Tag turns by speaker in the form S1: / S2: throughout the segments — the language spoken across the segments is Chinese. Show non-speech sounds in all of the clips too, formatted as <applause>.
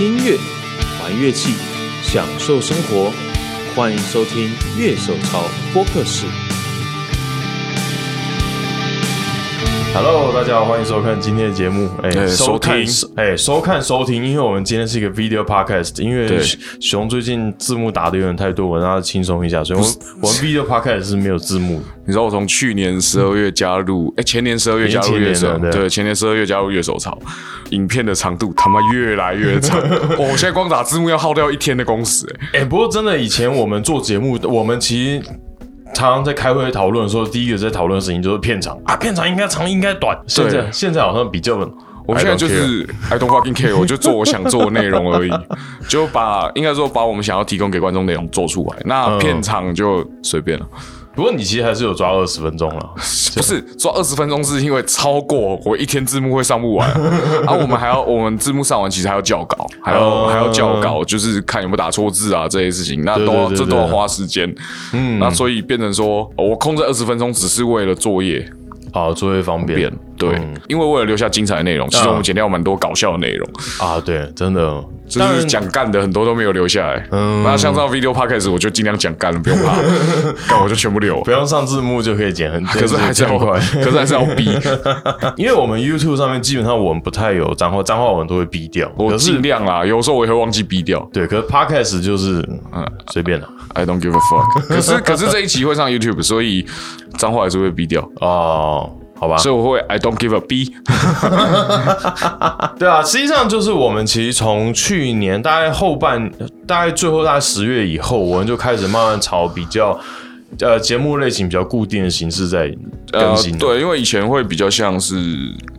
S1: 音乐，玩乐器，享受生活。欢迎收听《乐手潮播客室》。
S2: Hello，大家好，欢迎收看今天的节目。哎、
S3: 哎
S2: 收
S3: 收
S2: 听
S3: 看，
S2: 哎、收看收听，因为我们今天是一个 video podcast，因为
S3: 对
S2: 熊最近字幕打的有点太多，我让他轻松一下，所以我们我们 video podcast 是没有字幕的。
S3: 你知道我从去年十二月加入，哎、前年十二月加入
S2: 嗯
S3: 乐
S2: 已经前
S3: 手
S2: 年了，对
S3: 对，前年十二月加入乐手潮，影片的长度他妈越来
S2: <laughs>
S3: 越长，哦，我现在光打字幕要耗掉一天的工时、哎
S2: 哎、不过真的，以前我们做节目，我们其实常常在开会讨论的时候，第一个在讨论的事情就是片长啊，片长应该长，应该短。现在现在好像比较，
S3: 我们现在就是
S2: 哎
S3: I don't fucking care，我就做我想做的内容而已，就把应该说把我们想要提供给观众内容做出来，那
S2: 嗯
S3: 片场就随便了。
S2: 不过你其实还是有抓二十分钟了。
S3: 不是抓二十分钟，是因为超过我一天字幕会上不完，啊， <laughs> 我们还要我们字幕上完，其实还要校稿，还要、
S2: 哦
S3: 还要校稿，就是看有没有打错字啊这些事情，那
S2: 对
S3: 都要
S2: 对对
S3: 这都要
S2: 对
S3: 花时间，嗯，那所以变成说哦我空这二十分钟只是为了作业
S2: 好，作业方便
S3: 变，对，
S2: 嗯
S3: 因为为了留下精彩的内容，其实我们剪掉蛮多搞笑的内容，
S2: 啊，对，真的，
S3: 就
S2: 当
S3: 是
S2: 然
S3: 讲干的很多都没有留下来，
S2: 嗯
S3: 那像这样 video podcast 我就尽量讲干了，不
S2: <laughs>
S3: 用怕，干我就全部留
S2: 不。用上字幕就可以剪很，
S3: <laughs> 可是还是要，
S2: 剪快
S3: 可是还是要
S2: <laughs>
S3: 逼，
S2: 因为我们 YouTube 上面基本上我们不太有脏话，脏话我们都会逼掉。
S3: 我
S2: 可是
S3: 尽量啦，有时候我也会忘记逼掉。
S2: 对，可是 Podcast 就是嗯随便的
S3: I don't give a fuck
S2: <laughs>
S3: 可。是可是这一集会上 YouTube，所以脏话还是会逼掉，
S2: 哦，好吧。
S3: 所以我会 I don't give a b。
S2: 对啊，实际上就是我们其实从去年大概后半，大概最后大概十月以后，我们就开始慢慢朝比较呃节目类型比较固定的形式在更新、，
S3: 呃对，因为以前会比较像是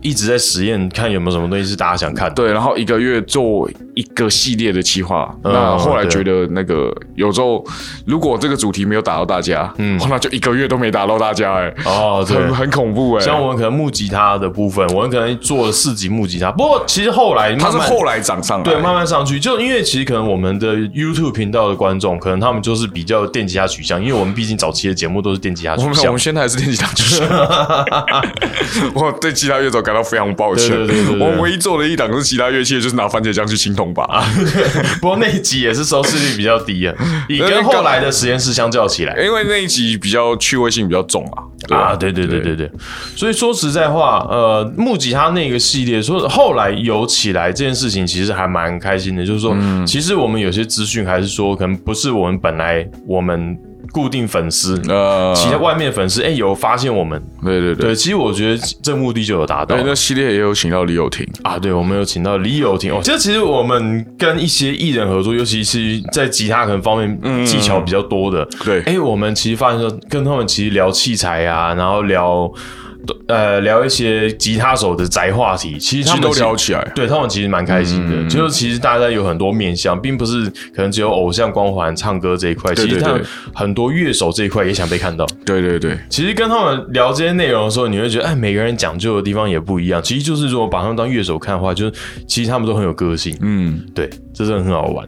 S2: 一直在实验看有没有什么东西是大家想看的。
S3: 对，然后一个月做一个系列的企划。
S2: 嗯
S3: 那后来
S2: 对
S3: 觉得那个有时候如果这个主题没有打到大家，嗯，那就一个月都没打到大家、欸，哎、
S2: 哦，对，
S3: <laughs> 很很恐怖哎、
S2: 像我们可能木吉他的部分，我们可能做了四级木吉他，不过其实后来
S3: 他
S2: 慢
S3: 是
S2: 慢
S3: 后来涨上来，
S2: 对，慢慢上去，就因为其实可能我们的 YouTube 频道的观众，可能他们就是比较电吉他取向，因为我们毕竟早期的节目都是电吉他
S3: 我
S2: 取
S3: 们我
S2: 向
S3: 们。现在还是练吉他就是
S2: <laughs>
S3: 我对吉他乐手感到非常抱歉。
S2: 对对对对对啊
S3: 我唯一做的一档是吉他乐器，就是拿番茄酱去清铜吧。
S2: 不过那一集也是收视率比较低
S3: <laughs>
S2: 啊，你
S3: 那
S2: 跟
S3: 个
S2: 后来的实验室相较起来
S3: 因为那一集比较趣味性比较重啊。对吧
S2: 啊，对对对对对。所以说实在话，呃，木吉他那个系列，说后来有起来这件事情，其实还蛮开心的。就是说，
S3: 嗯
S2: 其实我们有些资讯还是说，可能不是我们本来我们固定粉丝。
S3: 呃，
S2: 其他外面粉丝哎、有发现我们，
S3: 对对对
S2: 对，其实我觉得这目的就有达到
S3: 对，。那系列也有请到李友廷。
S2: 啊，对，我们有请到李友廷哦。这其实我们跟一些艺人合作，尤其是在吉他可能方
S3: 嗯
S2: 面技巧比较多的，
S3: 对
S2: 哎，我们其实发现说，跟他们其实聊器材啊，然后聊呃聊一些吉他手的宅话题，其实
S3: 其
S2: 他
S3: 实
S2: 们
S3: 都
S2: 其实
S3: 聊起来，嗯
S2: 对他们其实蛮开心的，就是其实大家有很多面向，并不是可能只有偶像光环、唱歌这一块，
S3: 对
S2: 其实
S3: 对
S2: 他们
S3: 对
S2: 很多乐手这一块也想被看到。
S3: 对对对，
S2: 其实跟他们聊这些内容的时候，你会觉得，哎，每个人讲究的地方也不一样。其实就是，如果把他们当乐手看的话，就是其实他们都很有个性，
S3: 嗯，
S2: 对，这真的很好玩。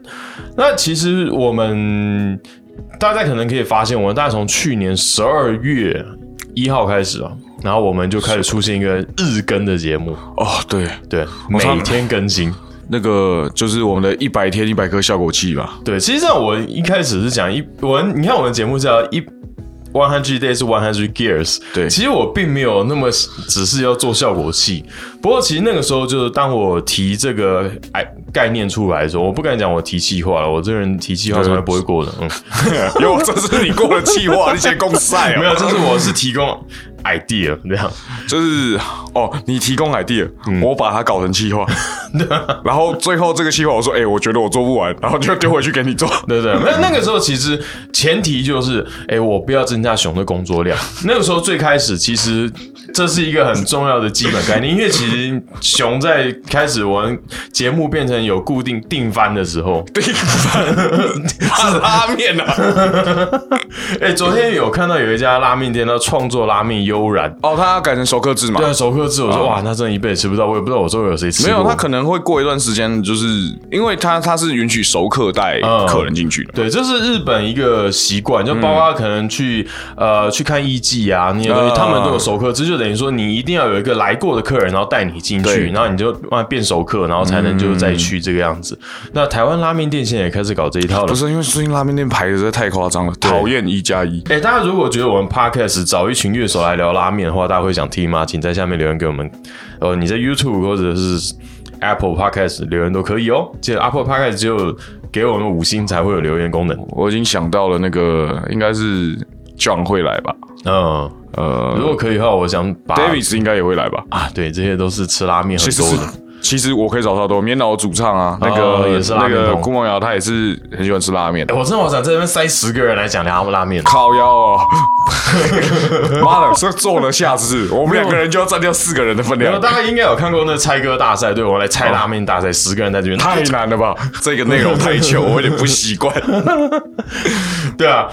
S2: 那其实我们大家可能可以发现，我们大概从去年十二月一号开始啊，然后我们就开始出现一个日更的节目，
S3: 哦对，
S2: 对，
S3: 我看
S2: 每天更新。
S3: 那个就是我们的一百天一百颗效果器
S2: <laughs>
S3: 吧。
S2: 对，其实上我一开始是讲一，我你看我们节目叫一。One Hundred Days, One Hundred Gears。
S3: 对
S2: 其实我并没有那么只是要做效果器，不过其实那个时候就是当我提这个哎概念出来的时候，我不敢讲我提气话了，我这个人提气话从来不会过的。嗯，
S3: 哟，这是你过的计
S2: <laughs>
S3: 划，你写公赛啊 <laughs>
S2: 没有，就是我是提供 idea 这样。
S3: 就是哦，你提供 idea，、我
S2: 嗯
S3: 把它搞成企划，然后最后这个企划我说，哎、我觉得我做不完，然后就丢回去给你做。
S2: 对对，那那个时候其实前提就是，哎，我不要增加熊的工作量。 <laughs> 那个时候最开始其实这是一个很重要的基本概念，因为其实熊在开始我们节目变成有固定定番的时候，
S3: 是拉面啊！
S2: 哎，昨天有看到有一家拉面店，它创作拉面悠然。
S3: <laughs> 哦，他改成熟客制嘛
S2: 对？啊，熟客制，我说哇，那真的一辈子吃不到，我也不知道我周围有谁吃
S3: 没
S2: 过。
S3: 有，他可能会过一段时间，就是因为他他是允许熟客带
S2: 嗯
S3: 客人进去的。
S2: 对，这是日本一个习惯，就包括可能去、呃去看艺伎啊那些东西，
S3: 嗯
S2: 他们都有熟客制，就等于说你一定要有一个来过的客人，然后带你进去
S3: 对，
S2: 然后你就慢慢变熟客，然后才能就再去这个样子。那台湾拉面店现在也开始搞这一套了
S3: 嗯不。是因为最近拉面店排的实在太夸张了，讨厌一加一。
S2: 哎、大家如果觉得我们 podcast 找一群乐手来聊拉面的话，大家会想听吗？请在下面留言给我们。呃，你在 YouTube 或者是 Apple Podcast 留言都可以哦。记得 Apple Podcast 只有给我们五星才会有留言功能。
S3: 我已经想到了那个应该是 John 会来吧，
S2: 嗯，
S3: 呃
S2: 如果可以的话，我想把
S3: ，Davis 应该也会来吧。
S2: 啊，对，这些都是吃拉面啊很
S3: 其实
S2: 多
S3: 是
S2: 的。哦
S3: 其实我可以找他多，棉岛的主唱啊，那个、
S2: 也是拉
S3: 那
S2: 面
S3: 个
S2: 控
S3: 顾梦瑶，他也是很喜欢吃拉面
S2: 哎、。我真的好想在这边塞十个人来讲拉拉
S3: <laughs>
S2: 面。
S3: 靠腰哦！妈的，这做了下次我们两个人就要占掉四个人的分
S2: 然后
S3: 量，
S2: 大家应该有看过那猜歌大赛，对我们来猜拉面大赛，十个人在这边。
S3: 哦太难了吧？这个内容太久，我有点不习 <laughs> 惯。
S2: <laughs> 对啊，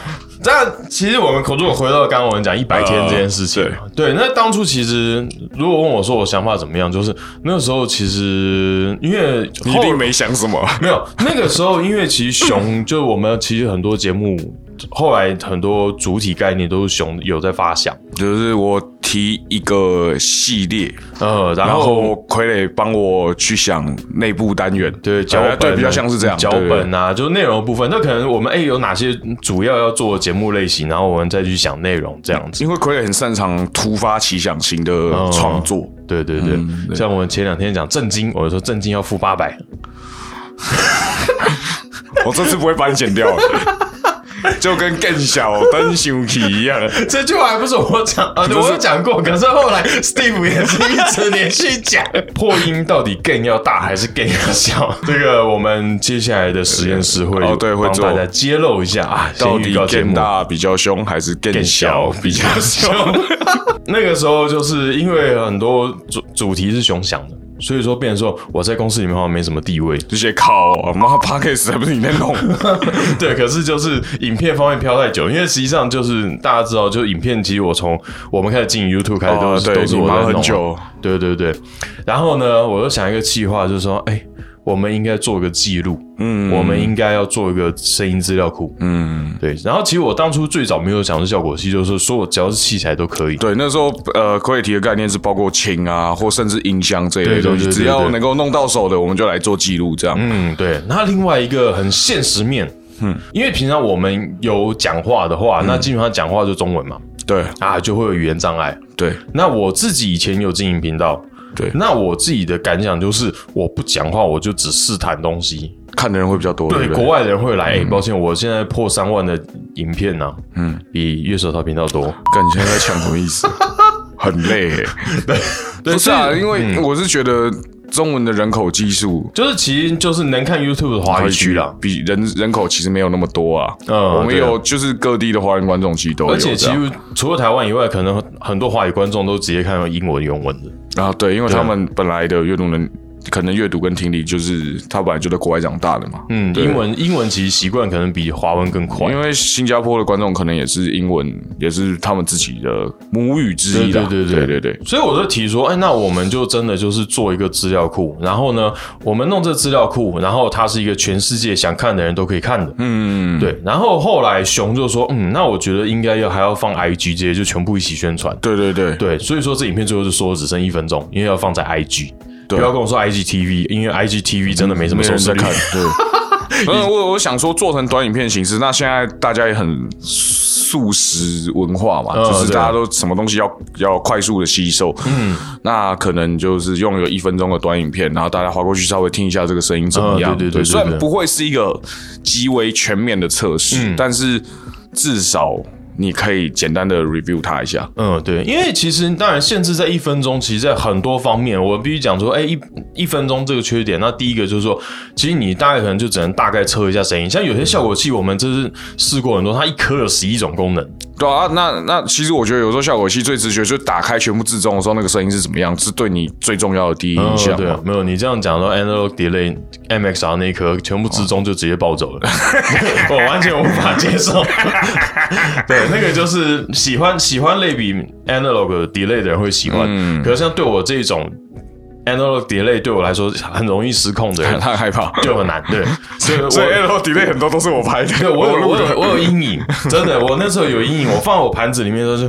S2: 但其实我们如果回到刚刚我们讲一百天这件事情，对，那当初其实如果问我说我想法怎么样，就是那时候其实因为
S3: 你一定没想什么，
S2: 没有那个时候，因为其实熊就我们其实很多节目。后来很多主体概念都是熊有在发想，
S3: 就是我提一个系列，
S2: 呃，然
S3: 然
S2: 后
S3: 后傀儡帮我去想内部单元，
S2: 对脚本啊、
S3: 对比较像是这样
S2: 脚
S3: 对对对
S2: 本啊，就是内容的部分。那可能我们哎、有哪些主要要做的节目类型，然后我们再去想内容这样子。
S3: 因为傀儡很擅长突发奇想型的创作，
S2: 对对嗯对，像我们前两天讲震惊，我就说震惊要付八百，
S3: 我这次不会把你剪 <laughs> 掉了，就跟更小灯熊体一样。
S2: <laughs> 这句话还不是我讲啊，
S3: 不是
S2: 我有讲过，可是后来 Steve 也是一 <laughs> 直连续讲。破音到底更要大还是更要小？ <laughs> 这个我们接下来的实验室会
S3: 哦对会
S2: 帮
S3: 做
S2: 大家揭露一下啊，先
S3: 到
S2: 预
S3: 底
S2: 告节
S3: 更
S2: 目
S3: 大比较凶还是更
S2: 更
S3: 小
S2: 小
S3: 比
S2: 比
S3: 较 <laughs>
S2: 较？凶。 <laughs> 那个时候就是因为很多主主题是熊想的，所以说变成说我在公司里面好像没什么地
S3: <laughs>
S2: 位。
S3: 这些靠啊，妈 p a c k e s 还不是你在
S2: <laughs>
S3: 弄？
S2: 对，可是就是影片方面飘太久，因为实际上就是大家知道，就影片其实我从我们开始经营 YouTube 开始都是、
S3: 哦对，
S2: 都是
S3: 你
S2: 我
S3: 忙
S2: 在
S3: 很
S2: 弄啊。
S3: 久，
S2: 对对对，然后呢，我又想一个计划，就是说，哎、我们应该做个记录，
S3: 嗯
S2: 我们应该要做一个声音资料库，
S3: 嗯，
S2: 对。然后其实我当初最早没有想是效果器，就是说我只要是器材都可以，
S3: 对，那时候呃，傀儡体的概念是包括琴啊，或甚至音箱这一类
S2: 对对
S3: 东西，
S2: 对对
S3: 只
S2: 对
S3: 要
S2: 对
S3: 能够弄到手的，我们就来做记录这样。
S2: 嗯，对。那另外一个很现实面，嗯，因为平常我们有讲话的
S3: 嗯
S2: 话，那基本上讲话就中文嘛，
S3: 对
S2: 啊，就会有语言障碍。
S3: 对
S2: 那我自己以前有经营频道，
S3: 对
S2: 那我自己的感想就是，我不讲话，我就只试探东西。
S3: 看的人会比较多，对
S2: 对，
S3: 嗯不
S2: 国
S3: 对？
S2: 外的人会来，欸抱歉，我现在破三万的影片呢、嗯，比乐手淘频道多。
S3: 干，你现在在抢什么意
S2: <laughs>
S3: 思？很累欸、
S2: 对
S3: 不是啊，
S2: 所以嗯
S3: 因为我是觉得中文的人口基数。
S2: 就是其实就是能看 YouTube 的华语区啦，
S3: 比人人口其实没有那么多啊。
S2: 嗯
S3: 我们
S2: 对啊
S3: 有就是各地的华人观众其实哦都有
S2: 而
S3: 这样，
S2: 且其实除了台湾以外，可能很多华语观众都直接看到英文原文的。
S3: 啊，对，因为他们本来的阅读能，可能阅读跟听力就是他本来就在国外长大的嘛。
S2: 嗯，
S3: 对
S2: 英文英文其实习惯可能比华文更快。
S3: 因为新加坡的观众可能也是英文，也是他们自己的母语之一啦。
S2: 对
S3: 对
S2: 对对
S3: 对对
S2: 所以我就提说，哎，那我们就真的就是做一个资料库，然后呢，我们弄这资料库，然后它是一个全世界想看的人都可以看的，
S3: 嗯，
S2: 对。然后后来熊就说，嗯，那我觉得应该要还要放 IG 这些，就全部一起宣传。
S3: 对对对
S2: 对，所以说这影片最后就说只剩一分钟，因为要放在 IG，不要跟我说 IGTV，因为 IGTV 真的没什么
S3: 没
S2: 收
S3: 人
S2: 视
S3: 在
S2: 率
S3: <laughs> 看。。对，嗯，我我想说做成短影片形式，那现在大家也很素食文化嘛，
S2: 嗯
S3: 就是
S2: 对
S3: 大家都什么东西要要快速的吸收，嗯，那可能就是用一个一分钟的短影片，然后大家划过去稍微听一下这个声音怎么样，
S2: 嗯对对对对
S3: 虽然
S2: 对嗯
S3: 不会是一个极为全面的测试，但是至少你可以简单的 review 它一下，
S2: 嗯，对，因为其实当然限制在一分钟，其实在很多方面，我必须讲说，哎、一一分钟这个缺点，那第一个就是说，其实你大概可能就只能大概测一下声音，像有些效果器，我们这是试过很多，它一颗有十一种功能，
S3: 对啊，那那其实我觉得有时候效果器最直觉就是打开全部自动的时候，那个声音是怎么样，是对你最重要的第一印象嘛、
S2: 嗯对啊，没有你这样讲到 analog delay MXR 那一颗全部之中就直接暴走了，我完全无法接受。对，那个就是喜欢喜欢类比 analog delay 的人会喜欢，可是像对我这一种。 analog delay 对我来说很容易失控的
S3: <laughs>
S2: 人，
S3: 他害怕，
S2: 就很难。对，所以我
S3: 所以 L delay 很多都是我拍的，
S2: 对我有
S3: 录
S2: 我
S3: 的
S2: 有我有阴影，真的，我那时候有阴影，我放我盘子里面都是。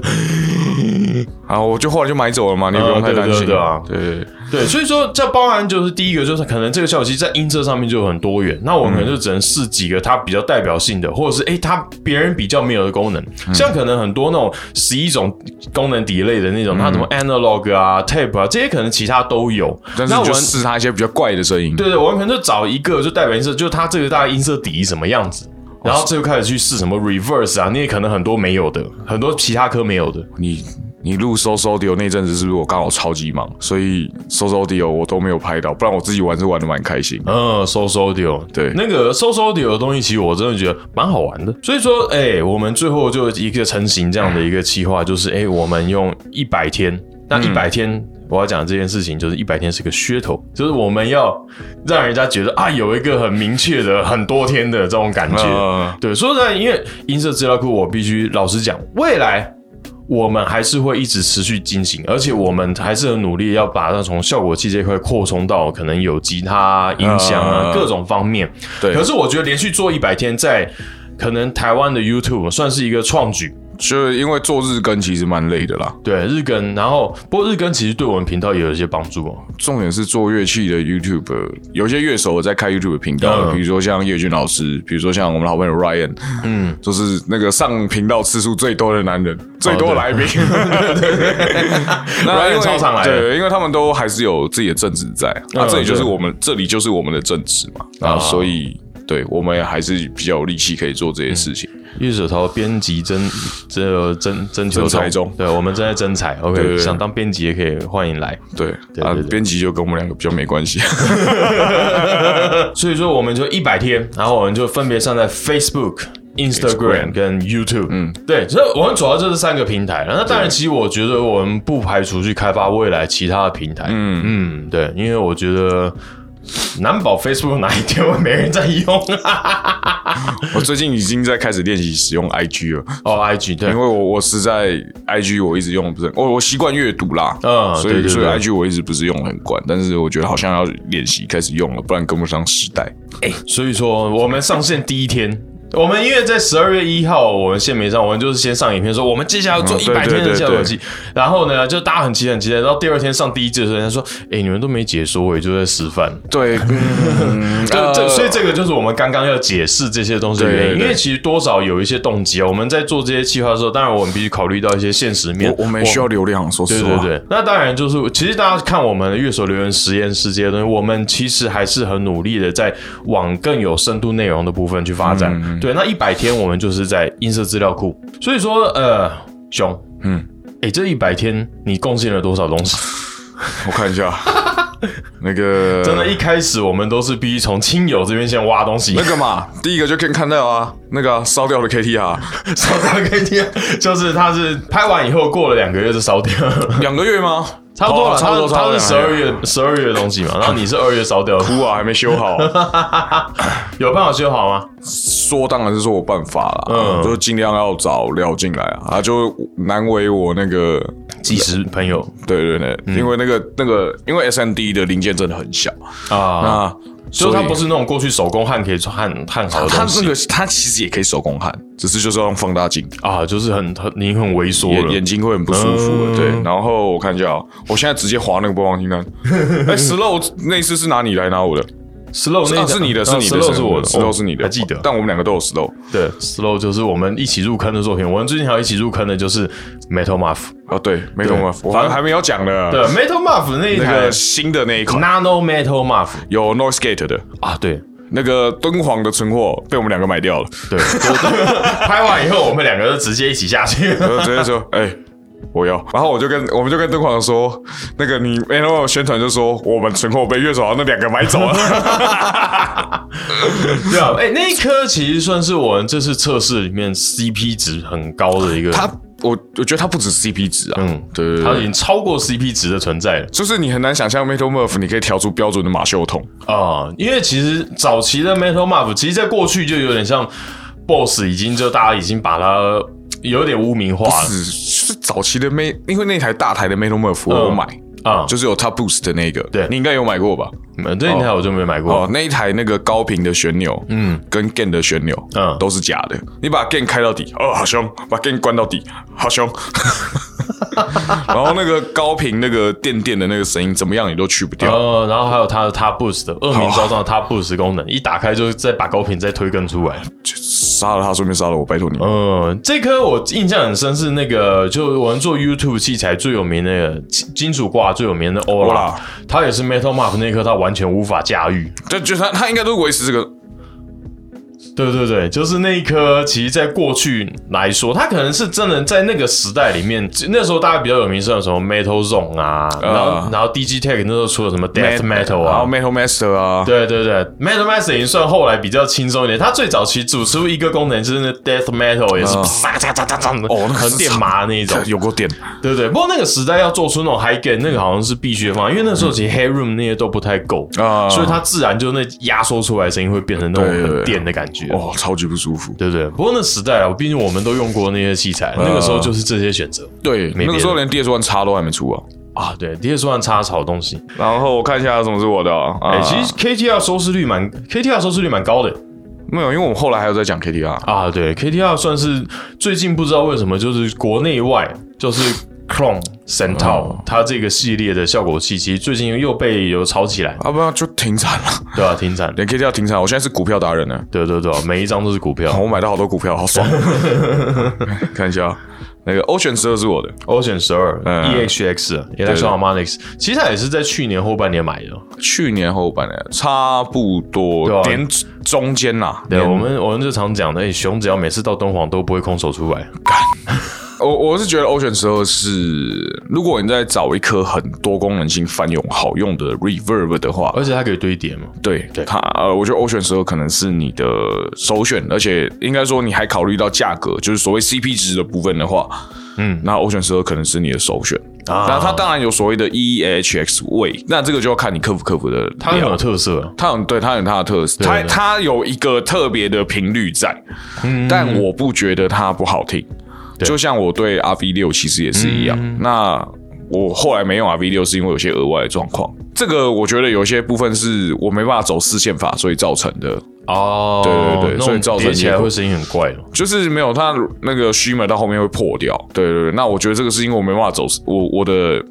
S3: 啊，我就后来就买走了嘛，你也不
S2: 呃
S3: 用太
S2: 对
S3: 担
S2: 对
S3: 心。
S2: 对啊
S3: 对对，对
S2: 对，所以说这包含就是第一个就是可能这个效果器在音色上面就有很多元，那我们可能就只能试几个它比较代表性的，或者是诶它别人比较没有的功能，
S3: 嗯
S2: 像可能很多那种十一种功能 delay 的那种，它什么 analog 啊、tape 啊这些可能其他都有，
S3: 但是
S2: 那
S3: 你
S2: 我
S3: 就
S2: 们。
S3: 试他一些比较怪的声音。
S2: 对对，我们可能就找一个就代表音色，就是它这个大概音色底什么样子，然
S3: 哦
S2: 后这就开始去试什么 reverse 啊，那些可能很多没有的，很多其他科没有的。
S3: 你你录 So So Dio 那阵子是不是我刚好超级忙，所以 So So Dio 我都没有拍到，不然我自己玩是玩的蛮开心。
S2: 嗯，so so audio，
S3: 对
S2: 那个 so so audio 的东西，其实我真的觉得蛮好玩的。所以说，哎、我们最后就一个成型这样的一个计划，就是哎、我们用一百天，那一
S3: 嗯
S2: 百天。我要讲这件事情，就是一百天是个噱头，就是我们要让人家觉得啊，有一个很明确的很多天的这种感觉。
S3: 嗯
S2: 对，说实在，因为音色资料库，我必须老实讲，未来我们还是会一直持续进行，而且我们还是很努力要把它从效果器这块扩充到可能有吉他、音响啊、
S3: 嗯
S2: 各种方面。
S3: 对
S2: 可是我觉得连续做一百天，在可能台湾的 YouTube 算是一个创举。
S3: 就是因为做日更其实蛮累的啦，
S2: 对日更，然后不过日更其实对我们频道也有一些帮助哦。
S3: 重点是做乐器的 YouTube，有些乐手在开 YouTube 频道的，
S2: 嗯
S3: 比如说像叶军老师，比如说像我们老朋友 Ryan，嗯，就是那个上频道次数最多的男人，最多来宾，
S2: 哦 Ryan
S3: <laughs> 因为
S2: 超常来的
S3: 对，因为他们都还是有自己的正职在，那、
S2: 嗯
S3: 这里就是我们这里就是我们的正职嘛，啊，
S2: 啊
S3: 所以对我们还是比较有力气可以做这些事情。
S2: 玉手头编辑征这征征求
S3: 征才中
S2: 对，我们正在征才。
S3: 对对
S2: OK，
S3: 对
S2: 想当编辑也可以欢迎来。
S3: 对
S2: 对
S3: 啊
S2: 对，对
S3: 编辑就跟我们两个比较没关系。 <laughs>
S2: 所以说我们就一百天，然后我们就分别上在 Facebook。Instagram
S3: Instagram
S2: 跟 YouTube，嗯，对，所以我们主要就是三个平台。那当然，其实我觉得我们不排除去开发未来其他的平台，嗯嗯，对，因为我觉得难保 Facebook 哪一天会没人在用 <laughs> 啊。
S3: 我最近已经在开始练习使用 IG 了，
S2: 哦，IG 对
S3: 因为，我我实在 IG 我一直用得不是很，我我习惯阅读啦，
S2: 嗯
S3: 所以
S2: 对对对
S3: 所以 IG 我一直不是用得很惯，但是我觉得好像要练习开始用了，不然跟不上时代。
S2: 所以说我们上线第一天。我们因为在十二月一号，我们线没上，我们就是先上影片说我们接下来要做
S3: 嗯
S2: 一
S3: 对
S2: 百天
S3: 对
S2: 的
S3: 对
S2: 效果器，然后呢，就大家很期待很期待，到第二天上第一季的时候，人家说：“哎、你们都没解说，我也就在示范。
S3: <laughs> 对，嗯
S2: 这这，
S3: 呃
S2: 所以这个就是我们刚刚要解释这些东西的原因，
S3: 对对对
S2: 因为其实多少有一些动机啊。我们在做这些计划的时候，当然我们必须考虑到一些现实面。
S3: 我我们需要流量，说
S2: 对
S3: 实
S2: 对
S3: 话，
S2: 对，那当然就是，其实大家看我们的乐手留言实验室这些东西，我们其实还是很努力的在往更有深度内容的部分去发展。对，那一百天我们就是在音色资料库，所以说呃，熊，
S3: 嗯，
S2: 哎、这一百天你贡献了多少东西？
S3: 我
S2: <laughs>
S3: 看一下那个
S2: 真的，一开始我们都是必须从亲友这边先挖东西
S3: <laughs> 那，个嘛，第一个就可以看到啊，那个啊烧掉的 KTR，
S2: 烧掉给你，就是他是拍完以后过了两个月就烧掉了，
S3: 两个月吗？
S2: 差不多了，
S3: 哦差不多，
S2: 他他是十
S3: 差不
S2: 二
S3: 多两个
S2: 月十二月的东西嘛，然后你是二月烧掉的，
S3: <laughs> 哭啊，还没修好。
S2: 有办法修好吗？
S3: 说当然是说我办法啦，
S2: 嗯
S3: 嗯，就是尽量要找料进来啊，啊，就难为我那个，
S2: 即时朋友
S3: 对对对，
S2: 嗯
S3: 因为那个那个，因为 S N D 的零件真的很小
S2: 啊，
S3: 啊，
S2: 就是它不
S3: 是
S2: 是那种过去手工焊可以焊焊好的
S3: 它
S2: 东
S3: 那
S2: 西
S3: 个它其实也可以手工焊，只是就是要用放大镜，
S2: 啊，就是很很你很猥琐
S3: 眼
S2: 了
S3: 眼睛会很不舒服
S2: 嗯
S3: 的。对，然后我看一下哦，我现在直接划那个播
S2: <laughs>
S3: 放清单，哎，slow 那次是拿你来拿我的，
S2: ，slow
S3: 是
S2: 那
S3: 啊是你的，是
S2: 啊
S3: 你的
S2: ，slow 是我的
S3: ，slow 是你的，
S2: 还记得
S3: 但我们两个都有 slow
S2: 对，slow 就是我们一起入坑的作品，我们最近还有一起入坑的就是 metal muff，
S3: 啊，对，没懂啊，我
S2: 反
S3: 还
S2: 正
S3: 还没有讲呢，
S2: 对，metal muff 那一
S3: 那
S2: 台
S3: 个新的那一款。
S2: nano metal muff
S3: 有 Noise Gate 的
S2: 啊，对。
S3: 那个敦煌的存货被我们两个买掉了，
S2: 对，就 <laughs> 拍完以后，我们两个就直接一起下 <laughs> 去。
S3: 然后直接说，哎、我要，然后我就跟我们就跟敦煌说，那个你 N O 宣传就说我们存货被月手行那两个买
S2: <laughs>
S3: 走了，
S2: 对啊，哎、那一颗其实算是我们这次测试里面 CP 值很高的一个，
S3: 他 <laughs> 我我觉得他不止 C P 值啊，
S2: 嗯，
S3: 对对
S2: 它已
S3: 对，
S2: 经超过 CP 值的存在了
S3: 就是你很难想象 Metal Murph 你可以调出标准的马修桶，
S2: 啊、因为其实早期的 Metal Muff，其实在过去就有点像 Boss，已经就大家已经把它有点污名化了。
S3: 只是早期的 m 因为那台大台的 Metal Murph 我有买，
S2: 啊
S3: 就是有 Top Boost 的那个，
S2: 对
S3: 你应该有买过吧？
S2: 嗯这一台我就没买过
S3: 哦，，那一台那个高频的旋钮，嗯，跟 gain 的旋钮，
S2: 嗯
S3: 嗯，都是假的。你把 gain 开到底，哦，好凶；把 gain 关到底，好凶。 <laughs> 然后那个高频那个电电的那个声音，怎么样你都去不掉。
S2: 呃，然后还有它的 Top Boost 的恶名昭彰的
S3: 哦
S2: Top Boost 功能，一打开就是再把高频再推更出来。
S3: 杀了他，顺便杀了我，拜托你。
S2: 嗯，这颗我印象很深是那个，就我们做 YouTube 器材最有名那个金金属挂最有名的 Ola，
S3: Ola
S2: 它也是 Metal Mark 那颗，它完全无法驾驭。
S3: 但就他，他应该都是维持这个，
S2: 对对对，就是那一颗，其实在过去来说，它可能是真的在那个时代里面，那时候大家比较有名是有什么 Metal Zone 啊，然后然后 DG Tech 那时候出了什么 Death Metal
S3: 然
S2: 啊
S3: 后。Metal Master 啊，
S2: 对对对，Metal Master 已经算后来比较轻松一点。它最早期主出一个功能就是那 Death Metal，也是
S3: 嗯
S2: 啪嚓嚓嚓嚓的，
S3: 哦那个
S2: 很
S3: 是
S2: 电麻那一种。
S3: <laughs> 有过电，
S2: 对对，不过那个时代要做出那种 high gain，那个好像是必须的方案，因为那时候其实 hair room 那些都不太够
S3: 嗯啊
S2: 所以它自然就那压缩出来的声音会变成那
S3: 对
S2: 种
S3: 对对
S2: 很电的感觉，
S3: 哦，超级不舒服。
S2: 对不嗯对？不过那时代啊，毕竟我们都用过那些器材，那个时候就是这些选择
S3: 对，
S2: 没别的
S3: 那个时候连 DS One 叉都还没出啊。
S2: 啊。对，DS One 差好东西，
S3: 然后我看一下有什么是我的啊，
S2: 哎、
S3: 啊
S2: 其实 KTR 收视率蛮 KTR 收视率蛮高的
S3: 没有，因为我们后来还有在讲 KTR，
S2: 啊。对，KTR 算是最近不知道为什么，就是国内外就是 Clone Centaur、它这个系列的效果器，其实最近又被有炒起来，
S3: 要不然就停产了，
S2: 嗯对啊，停产。
S3: 连 KTR 停产。我现在是股票达人呢，
S2: 对对对，每一张都是股票。
S3: 我买到好多股票，好爽。 <laughs> 看一下啊，那个 Ocean 十二是我的，
S2: Ocean 十二、E
S3: 嗯
S2: EHX、Electron Harmonics，其实它也是在去年后半年买的。
S3: 去年后半年差不
S2: 对啊
S3: 多，年中间呐。
S2: 对，啊
S3: 年
S2: 我们我们就常讲的，哎，熊只要每次到敦煌都不会空手出来。
S3: 我我是觉得 Ocean 十二是，如果你在找一颗很多功能性泛用好用的 Reverb 的话，
S2: 而且它可以堆叠嘛。
S3: 对
S2: 对
S3: 它，呃，我觉得 Ocean 十二可能是你的首选，而且应该说你还考虑到价格，就是所谓 CP 值的部分的话，嗯，那 Ocean 十二可能是你的首选。
S2: 啊
S3: 那它当然有所谓的 EHX 位，那这个就要看你克服克服的量。
S2: 它很有特色啊，
S3: 它有对它有它的特色，它
S2: 对嗯
S3: 它有一个特别的频率在，但我不觉得它不好听。就像我对 RV 六其实也是一样，
S2: 嗯
S3: 那我后来没用 RV 六是因为有些额外的状况，这个我觉得有些部分是我没办法走四线法，所以造成的，
S2: 哦，
S3: 对对对
S2: 那种
S3: 所以造成
S2: 叠起来
S3: 一个
S2: 会声音很怪哦。
S3: 就是没有它那个 shimmer 到后面会破掉。对对对，那我觉得这个是因为我没办法走我我的。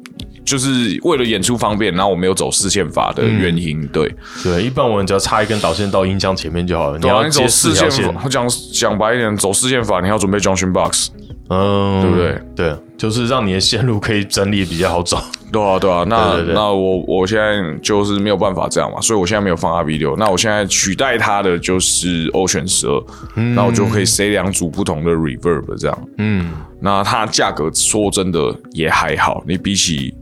S3: 就是为了演出方便，然后我没有走四线法的原因，对，
S2: 对，一般我们只要插一根导线到音箱前面就好了。你
S3: 对啊，
S2: 要
S3: 你
S2: 接
S3: 走
S2: 四
S3: 四
S2: 条
S3: 线
S2: 线，
S3: 法，讲讲白一点，走四线法，你要准备 junction box。
S2: 嗯，
S3: 对不对？
S2: 对，就是让你的线路可以整理比较好找。
S3: 对啊，对啊，那
S2: 对对对
S3: 那我我现在就是没有办法这样嘛，所以我现在没有放 R V 六，那我现在取代它的就是欧选十二，
S2: 嗯
S3: 那我就可以塞两组不同的 reverb 这样，嗯，那它价格说真的也还好，你比起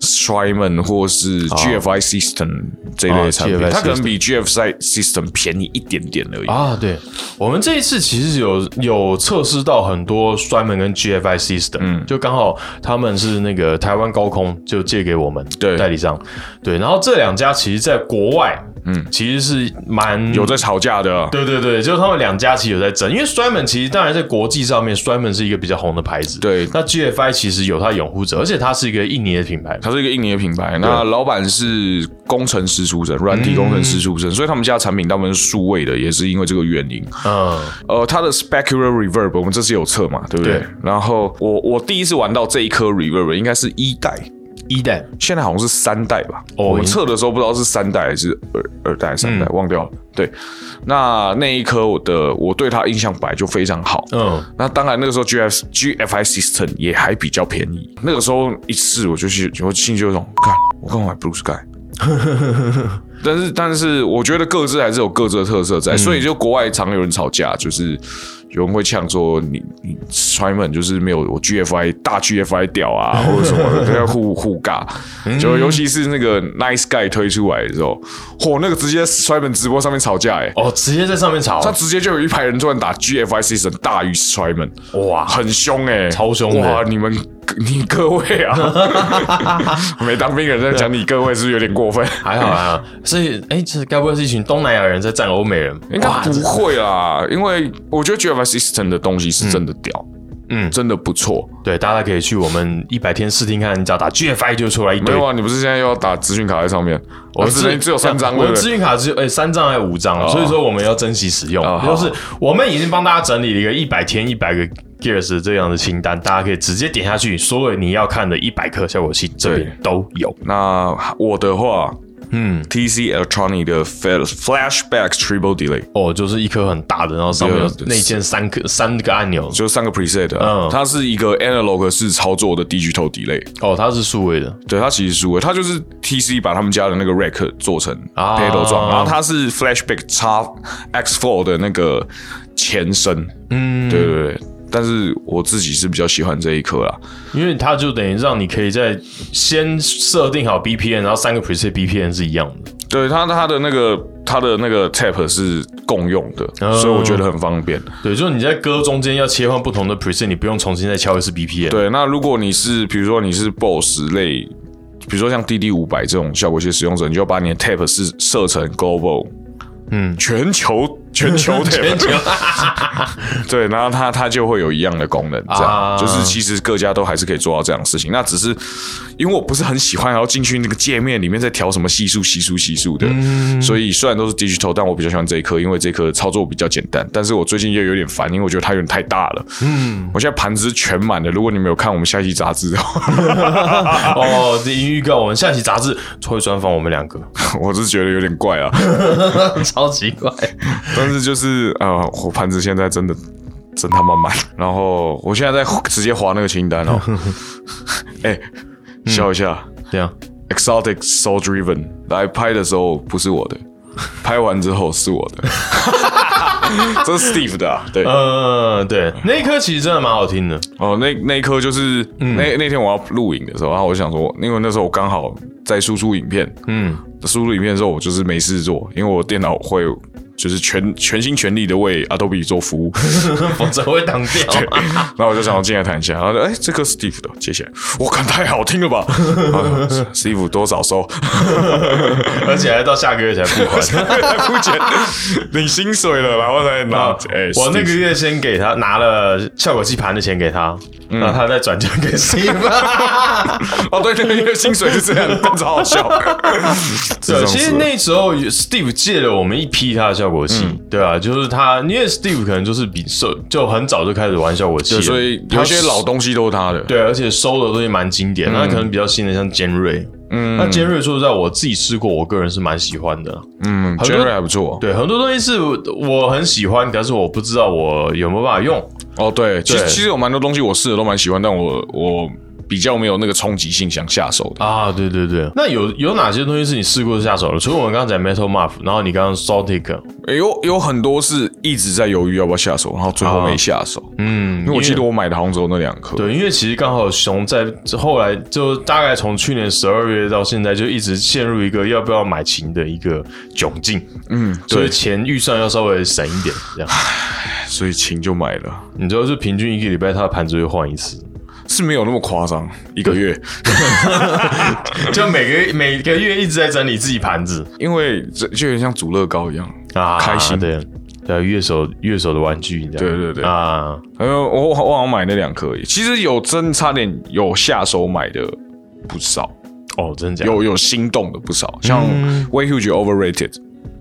S3: Strymon 或是
S2: 哦
S3: G F I System 这一类的产品，
S2: GFI
S3: 它可
S2: system
S3: 能比 G F I System 便宜一点点而已。
S2: 啊，对，我们这一次其实有有测试到很多摔门跟 GFI system，就
S3: 嗯
S2: 刚好他们是那个台湾高空就借给我们
S3: 对
S2: 代理商，对，然后这两家其实在国外，嗯，其实是蛮
S3: 有在吵架的，啊
S2: 对对对，就是他们两家其实有在争，因为摔门其实当然在国际上面，摔门是一个比较红的牌子，
S3: 对
S2: 那 GFI 其实有它拥护者，而且它是一个印尼的品牌，
S3: 它是一个印尼的品牌，那老板是工程师出身，软体工程师出身，所以他们家的产品大部分是数位的，也是因为这个原因。
S2: 嗯，
S3: 呃，它的 specular reverb 我们这次有测嘛，对不对？
S2: 对
S3: 然后我我第一次玩到这一颗 reverb 应该是一代，，E
S2: 一代
S3: 现在好像是三代吧。
S2: 哦
S3: 我们测的时候不知道是三代还是二二代、三代，忘掉了。对，那那一颗我的我对它印象本来就非常好。
S2: 嗯，
S3: 那当然，那个时候 G F G F I System 也还比较便宜。那个时候一次我就是我心里就有种，干，我干嘛买 Blue Sky？但是但是，我觉得各自还是有各自的特色在，所以就国外常有人吵架，就是有人会呛说你你 Simon 就是没有我 G F I 大 G F I 屌啊，或者什么的，要互互尬。就尤其是那个 Nice Guy 推出来的时候，嚯，那个直接 Simon 直播上面吵架哎、欸
S2: 哦，直接在上面炒
S3: 他，直接就有一排人突然打 GFI season 大于 Strymon，
S2: 哇
S3: 很凶哎、
S2: 超凶的
S3: 哇！你们你各
S2: <laughs>
S3: 位啊，没当兵的人在讲你各位是不是有点过
S2: <laughs>
S3: 分？
S2: 还好啊，所以哎，这该不会是一群东南亚人在战欧美人？
S3: 啊应该不会啦，因为我觉得 GFI system 的东西是真的屌，
S2: 嗯
S3: 真的不错。
S2: 对，大家可以去我们一百天试听看，你只要打 GFI 就出来一
S3: 没
S2: 堆。
S3: 有啊，你不是现在又要打资讯卡在上面？我
S2: 资
S3: 只能只有三张，
S2: 我
S3: 对
S2: 们
S3: 不
S2: 资
S3: 对？
S2: 讯卡只有哎、三张还有五张，所以说我们要珍惜使用。
S3: 哦好
S2: 就是我们已经帮大家整理了一个一百天一百个 Gears 这样的清单，大家可以直接点下去，所有你要看的一百克效果器这边都有。
S3: 那我的话
S2: 嗯，
S3: ，TC Electronic 的 Flashback Triple Delay
S2: 哦，就是一颗很大的，然后上面有
S3: 对
S2: 内建三个三个按钮。
S3: 就三个 preset，、啊
S2: 嗯
S3: 它是一个 analog 式操作的 digital delay，
S2: 哦，它是数位的，
S3: 对，它其实是无它就是 TC 把他们家的那个 rack 做成
S2: 啊
S3: pedal 状，然后它是 Flashback X Four 的那个前身，嗯，对对对。但是我自己是比较喜欢这一颗啦，
S2: 因为它就等于让你可以在先设定好 BPM，然后三个 preset BPM 是一样的。
S3: 对它它的那个它的那个 tap 是共用的，
S2: 哦
S3: 所以我觉得很方便。
S2: 对，就是你在歌中间要切换不同的 preset，你不用重新再敲一次 BPM。
S3: 对，那如果你是比如说你是 BOSS 类，比如说像 DD 五百这种效果器使用者，你就把你的 Tap 是设成 Global，嗯，全球全球 <laughs> Tap，对，然后它它就会有一样的功能，这样、
S2: 啊
S3: 就是其实各家都还是可以做到这样的事情。那只是因为我不是很喜欢，然后进去那个界面里面再调什么系数、系数、系数的，所以虽然都是 digital，但我比较喜欢这一颗，因为这颗操作比较简单。但是我最近又有点烦，因为我觉得它有点太大了。嗯，我现在盘子是全满的。如果你们有看我们下一期杂志的话，
S2: <laughs>
S3: <laughs>
S2: 哦，这一预告，我们下期杂志会专访我们两个，
S3: 我是觉得有点怪啊。
S2: 超奇怪。
S3: 但是就是呃，我盘子现在真的真他妈满，然后我现在在直接划那个清单哦。哎、笑一下、
S2: 这样
S3: e x o t i c Soul Driven 来拍的时候不是我的，拍完之后是我的，这是 Steve 的、啊，对。
S2: 呃，对，那一颗其实真的蛮好听的。 <laughs>
S3: 哦，那那一刻就是、那那天我要录影的时候，然后我想说，因为那时候我刚好在输出影片，嗯，输出影片的时候我就是没事做，因为我电脑会就是全全心全力的为 Adobe 做服务，
S2: 否则会挡掉。
S3: 然后我就想要进来谈一下，然后就哎、这个 Steve 的，谢谢，我看太好听了
S2: <laughs>
S3: 吧然后，Steve 多少收？
S2: 而且还到下个月才付款。
S3: 不钱，领薪水了，然后再拿，哎、
S2: 我啊那个
S3: Steve
S2: 月先给他拿了效果器盘的钱给他，然后他再转交给 Steve。
S3: 哦，对，那个月薪水是这样，但超好笑。这
S2: <laughs> 对，啊
S3: 种
S2: 其实
S3: 事
S2: 那时候 Steve 借了我们一批他的效果
S3: 嗯
S2: 器，对啊，就是他，因为 Steve 可能就是比受就很早就开始玩效果器了，
S3: 对所以
S2: 他
S3: 有些老东西嗯都是他的，
S2: 对，而且收的东西蛮经典，那可能比较新的像尖锐，嗯，那尖锐说实在，我自己试过，我个人是蛮喜欢的。
S3: 嗯
S2: 多
S3: ，Jerry 还不错。
S2: 对，很多东西是我很喜欢，但是我不知道我有没有办法用。
S3: 哦，对，其实
S2: 对
S3: 其实有蛮多东西我试的都蛮喜欢，但我我比较没有那个冲击性想下手的。
S2: 啊，对对对，那有有哪些东西是你试过下手的？除了我们刚才 Metal Muff，然后你刚刚 Saltic，
S3: 诶有有很多是一直在犹豫要不要下手，然后最后没下手。
S2: 啊嗯，
S3: 因为我记得我买的杭州那两颗，
S2: 对，因为其实刚好熊在后来就大概从去年十二月到现在，就一直陷入一个要不要买琴的一个窘境，
S3: 嗯，
S2: 所以
S3: 对，
S2: 钱预算要稍微省一点，
S3: <laughs>
S2: 这样。
S3: 所以琴就买了，
S2: 你知道，就平均一个礼拜他的盘子会换一次，
S3: 是没有那么夸张，一个月。
S2: 就每
S3: <laughs>
S2: 个月每个月一直在整理自己盘子
S3: 因为这就有点像煮乐高一样。
S2: 啊，
S3: 开心
S2: 对对，啊乐手乐手的玩具这样，
S3: 对对对
S2: 啊，
S3: 还有我我我好像买那两颗而已，其实有真差点有下手买的不少，
S2: 哦，真的假的
S3: 有有心动的不少，像
S2: 嗯
S3: Way Huge Overrated，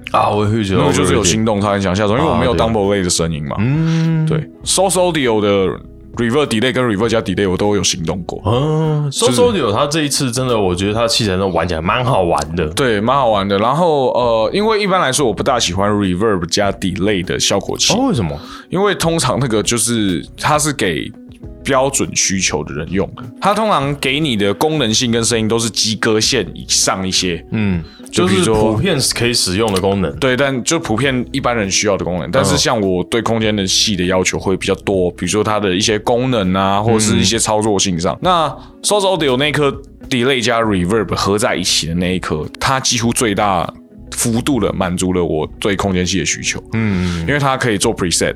S2: 啊，我会觉得
S3: 那个就是有
S2: overrated
S3: 心动，差点想下手，因为我没有
S2: 啊对
S3: Double Lay 的声音嘛。
S2: 嗯，
S3: 对，Source Audio 的 Reverb Delay 跟 Reverb 加 Delay 我都有行动过，
S2: 嗯，收收有他这一次真的，我觉得他器材上玩起来蛮好玩的。
S3: 对，蛮好玩的。然后呃，因为一般来说我不大喜欢 Reverb 加 Delay 的效果器，
S2: 哦，为什么？
S3: 因为通常那个就是它是给。标准需求的人用的，它通常给你的功能性跟声音都是及格线以上一些，
S2: 嗯，
S3: 就
S2: 就
S3: 比如
S2: 是
S3: 说
S2: 普遍可以使用的功能。
S3: 对，但就普遍一般人需要的功能，但
S2: 嗯
S3: 是像我对空间的细的要求会比较多，比如说它的一些功能啊，或者是
S2: 嗯
S3: 一些操作性上。那 s o s o d i o 那一颗 delay 加 reverb 合在一起的那一颗，它几乎最大幅度的满足了我对空间系的需求，
S2: 嗯，啊
S3: 因为它可以做 preset，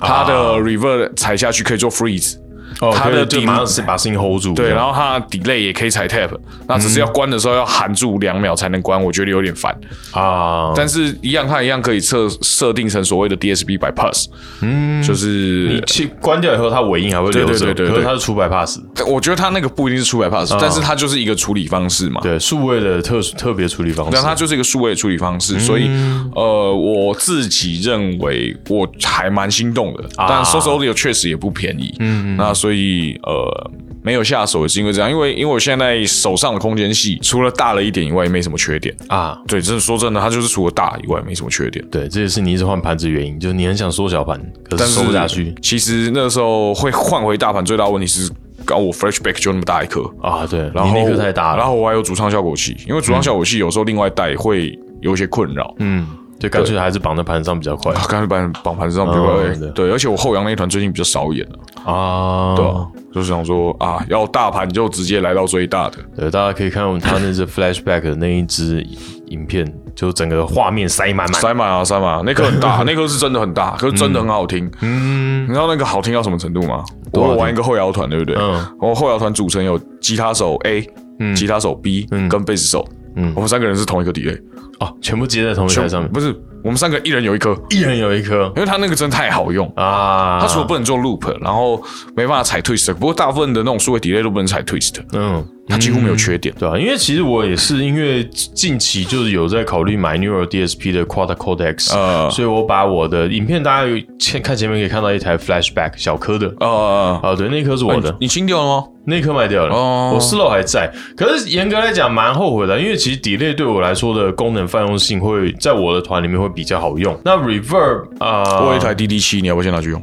S3: 它的 reverb 踩下去可以做 freeze。
S2: 哦，
S3: 它
S2: 可以
S3: 的
S2: 就
S3: delay-
S2: 马上是把事情 hold 住这样，
S3: 对，然后它的 delay 也可以踩 tap，那只是要
S2: 嗯
S3: 关的时候要含住两秒才能关，我觉得有点烦。
S2: 啊，
S3: 但是一样，它一样可以设设定成所谓的 DSP bypass，嗯，就是
S2: 你去关掉以后，它尾音还会留着，
S3: 对对对对对
S2: 可是它是出 bypass，
S3: 我觉得它那个不一定是出 bypass，、但是它就是一个处理方式嘛。
S2: 对，数位的特特别处理方
S3: 但
S2: 式，
S3: 它就是一个数位处理方式，所以呃，我自己认为我还蛮心动的。但 s o c i Audio 确实也不便宜，啊嗯，那所以呃，没有下手也是因为这样，因为因为我现在手上的空间系除了大了一点以外，也没什么缺点。
S2: 啊，
S3: 对，真的说真的，它就是除了大以外没什么缺点。
S2: 对，这也是你一直换盘子的原因，就是你很想缩小盘，可是
S3: 但是
S2: 收不下去
S3: 其实那时候会换回大盘，最大的问题是，搞我 Flashback 就那么大一颗，
S2: 啊，对，
S3: 然后
S2: 你那颗太大
S3: 然
S2: 了，
S3: 后我还有主唱效果器，因为主唱效果器有时候另外带会有一些困扰。嗯，
S2: 就干脆还是绑在盘上比较快
S3: 刚才绑绑盘上比较
S2: 哦
S3: 哎
S2: 对
S3: 对，而且我后扬那一团最近比较少演了，
S2: 啊，
S3: 嗯对吧？就是想说啊，要大盘就直接来到最大的，
S2: 对，大家可以看我们他那只 flashback 的那一支影片，就整个画面塞满满，
S3: 塞满啊塞满啊，那颗
S2: <laughs>
S3: 很大，那颗是真的很大，可是真的很好听。嗯，你知道那个好听到什么程度吗？
S2: 多好
S3: 我
S2: 听
S3: 玩一个后摇团，对不对？
S2: 嗯
S3: 嗯，我后摇团组成有吉他手 A，吉他手 B 跟贝斯手，嗯，我们三个人是同一个 delay，
S2: 哦，全部接在同一台上面，
S3: 不是我们三个一人有一颗，
S2: 一人有一颗
S3: 因为他那个真的太好用。
S2: 啊，
S3: 它除了不能做 loop，然后没办法踩 twist，不过大部分的那种数位 delay 都不能踩 twist，
S2: 嗯。
S3: 它几乎没有缺点。
S2: 对啊，因为其实我也是因为近期就是有在考虑买 Neural DSP 的 Quad Codex，、
S3: 呃
S2: 所以我把我的影片大家有前看前面可以看到一台 Flashback 小颗的。
S3: 呃，
S2: 啊，对，那颗是我的，
S3: 你清掉了吗？
S2: 那颗卖掉了，
S3: 哦
S2: 我四楼还在。可是严格来讲，蛮后悔的，因为其实 delay 对我来说的功能泛用性会在我的团里面会比较好用。那 reverb 啊、
S3: 我有一台 DD 七，你要不要先拿去用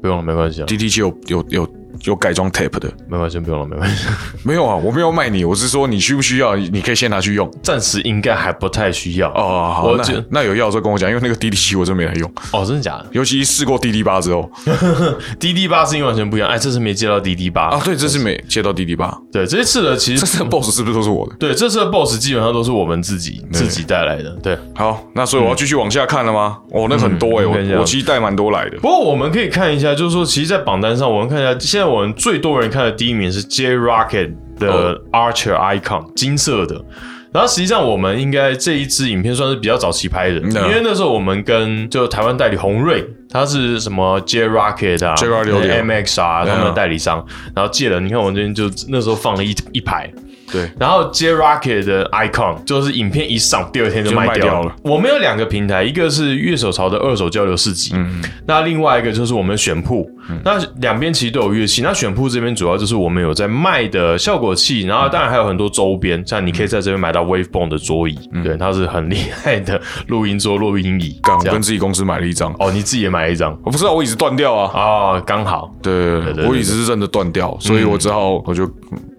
S2: 不用了，没关系啊，
S3: ？DD 七有有有有改装 tape 的，
S2: 没关系，不用了，没关系。
S3: 没有啊？我没有卖你，我是说你需不需要？你可以先拿去用。
S2: 暂时应该还不太需要哦
S3: 哦，好，
S2: 我
S3: 那
S2: 就
S3: 那有要的时候跟我讲，因为那个 DD 七我真没来用， <laughs>
S2: 哦，真的假的
S3: 尤其试过 DD 八之后
S2: <laughs> ？DD 八声音完全不一样，哎，这次没接到 DD 八
S3: 啊，对，这次没接到 DD 八，
S2: 对，这次的其
S3: <laughs> 这
S2: 实
S3: 次的 BOSS 是不是都是我的？
S2: 对这次的 BOSS 基本上都是我们自己自己带来的。对，
S3: 好，那所以我要继续往下看了吗？哦，那很多哎，
S2: 嗯看一下
S3: 我我其实带蛮多来的
S2: 不过我们可以看一下，就是说，其实，在榜单上，我们看一下，现在我们最多人看的第一名是 J Rocket 的
S3: 哦
S2: Archer Icon 金色的。然后实际上，我们应该这一支影片算是比较早期拍的，
S3: 嗯
S2: 因为那时候我们跟就台湾代理红瑞，他是什么 J Rocket 啊、
S3: J Rocket
S2: 对 MX 啊，他们的代理商，然后借了。你看我这边就那时候放了一一排，
S3: 对，
S2: 然后 J Rocket 的 Icon 就是影片一上，第二天就卖
S3: 就卖掉
S2: 掉了。
S3: 了
S2: 我们有两个平台，一个是乐手潮的二手交流市集，
S3: 嗯
S2: 那另外一个就是我们的选铺。那两边其实都有乐器，那选铺这边主要就是我们有在卖的效果器，
S3: 嗯
S2: 然后当然还有很多周边，像你可以在这边买到 Wavebone 的桌椅，
S3: 嗯
S2: 对，它是很厉害的录音桌、录音椅。
S3: 干，我
S2: 这样
S3: 跟自己公司买了一张，
S2: 哦，你自己也买了一张
S3: 我不知道我椅子断掉啊，
S2: 哦，刚好。
S3: 对
S2: 对对嗯
S3: 我椅子是真的断掉，所以我只好我就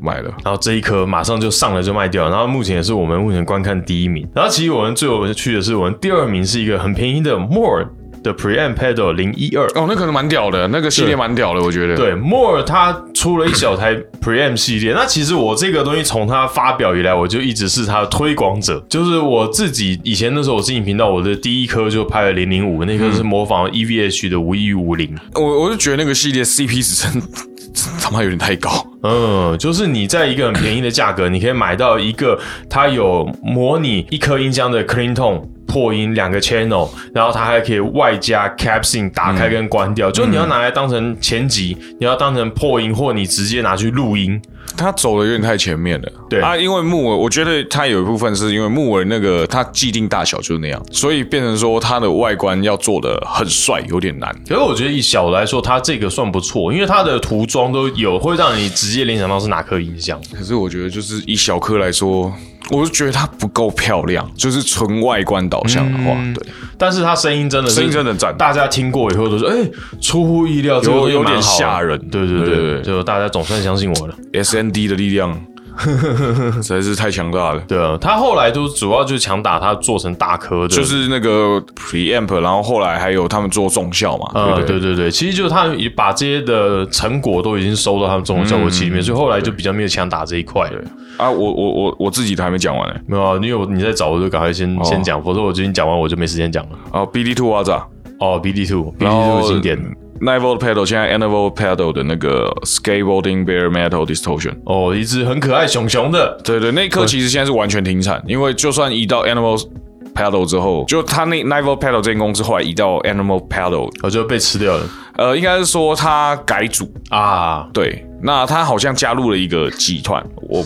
S3: 买了。
S2: 然后这一颗马上就上了就卖掉了，然后目前也是我们目前观看第一名。然后其实我们最有趣的是，我们第二名是一个很便宜的 More 的 Preamp Pedal 零一二。
S3: 哦，那可能蛮屌的，那个系列蛮屌的，我觉得。，
S2: 对，More 它出了一小台 Preamp 系列，那其实我这个东西从它发表以来，我就一直是它的推广者。就是我自己以前那时候我自己频道，我的第一颗就拍了零零五，那颗是模仿 EVH 的无一五零。
S3: 我我就觉得那个系列 CP 值真真他妈有点太高。
S2: 嗯，就是你在一个很便宜的价格，你可以买到一个它有模拟一颗音箱的 clean tone 破音两个 channel，然后它还可以外加 capsing 打开跟关掉，就你要拿来当成前级，你要当成破音，或你直接拿去录音。
S3: 他走的有点太前面了，
S2: 对
S3: 啊，因为木耳，我觉得它有一部分是因为木耳那个它既定大小就是那样，所以变成说它的外观要做的很帅有点难。
S2: 可是我觉得以小来说，它这个算不错，因为它的涂装都有，会让你直接联想到是哪颗音箱。
S3: 可是我觉得就是以小颗来说，我就觉得它不够漂亮，就是纯外观导向的话，
S2: 嗯
S3: 对，
S2: 但是它声音真的是
S3: 声音真的很赞
S2: 大家听过以后都说，哎、出乎意料，这个
S3: 有
S2: 东西
S3: 有点
S2: 蛮好的
S3: 吓人
S2: 对对
S3: 对
S2: 对，
S3: 对对
S2: 就大家总算相信我了。
S3: S N D 的力量实在是太强大了。
S2: <laughs> 对啊，他后来都主要就是强打他做成大颗的，
S3: 就是那个 preamp，然后后来还有他们做重效嘛，
S2: 呃，
S3: 对不
S2: 对
S3: 对？
S2: 对对，其实就是他们也把这些的成果都已经收到他们综合效果器
S3: 嗯
S2: 里面，所以后来就比较没有强打这一块了。
S3: 啊，我我我我自己的还没讲完呢、
S2: 没有啊，你有你在找，我就赶快先、
S3: 哦
S2: 先讲，否则我最近讲完我就没时间讲了。
S3: 啊，BD Two 啊，咋？
S2: 哦，BD Two，BD
S3: 然后
S2: Two 经典，
S3: Nine Volt Pedal 现在 N Volt Pedal 的那个 Skateboarding Bare Metal Distortion，
S2: 哦，一只很可爱熊熊的，
S3: 对对，那一刻其实现在是完全停产，因为就算移到 Animal Pedal 之后，就他那 n i v e l Pedal 这间公司后来移到 Animal Pedal，
S2: 我就被吃掉了
S3: 呃，应该是说他改组，
S2: 啊！
S3: 对，那他好像加入了一个集团，我、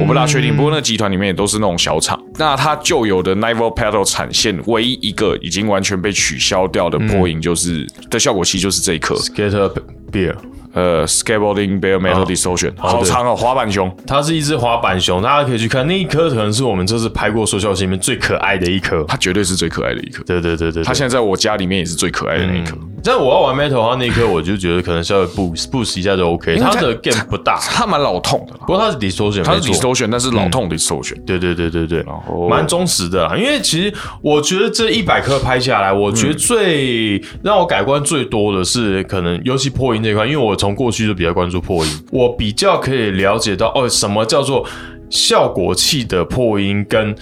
S3: 我不大确定，不过那集团里面也都是那种小厂，那他旧有的 n i v e l Pedal 产线唯一一个已经完全被取消掉的波音，就是、的效果器就是这一颗，
S2: Get a beer，
S3: 呃，Skateboarding Bare Metal Distortion，、好
S2: 对
S3: 长哦，滑板熊。
S2: 它是一只滑板熊，大家可以去看那一颗，可能是我们这次拍过说笑戏里面最可爱的一颗。
S3: 它绝对是最可爱的一颗，
S2: 对对对对，
S3: 它现在在我家里面也是最可爱的那一颗。
S2: 在我要玩 Metal 的话，那一颗我就觉得可能稍微 boost boost 一下就 OK，
S3: 为
S2: 它
S3: 它
S2: 的 game 不大，
S3: 它蛮老痛的啦，
S2: 不过它是 distortion，
S3: 它
S2: 没嗯
S3: 是
S2: 错
S3: distortion，但是老痛的 distortion。
S2: 对对对对对，
S3: 后
S2: 蛮忠实的啦。因为其实我觉得这一百颗拍下来，我觉得最、让我改观最多的是可能尤其破音这一块，因为我从过去就比较关注破音，我比较可以了解到哦，什么叫做效果器的破音跟。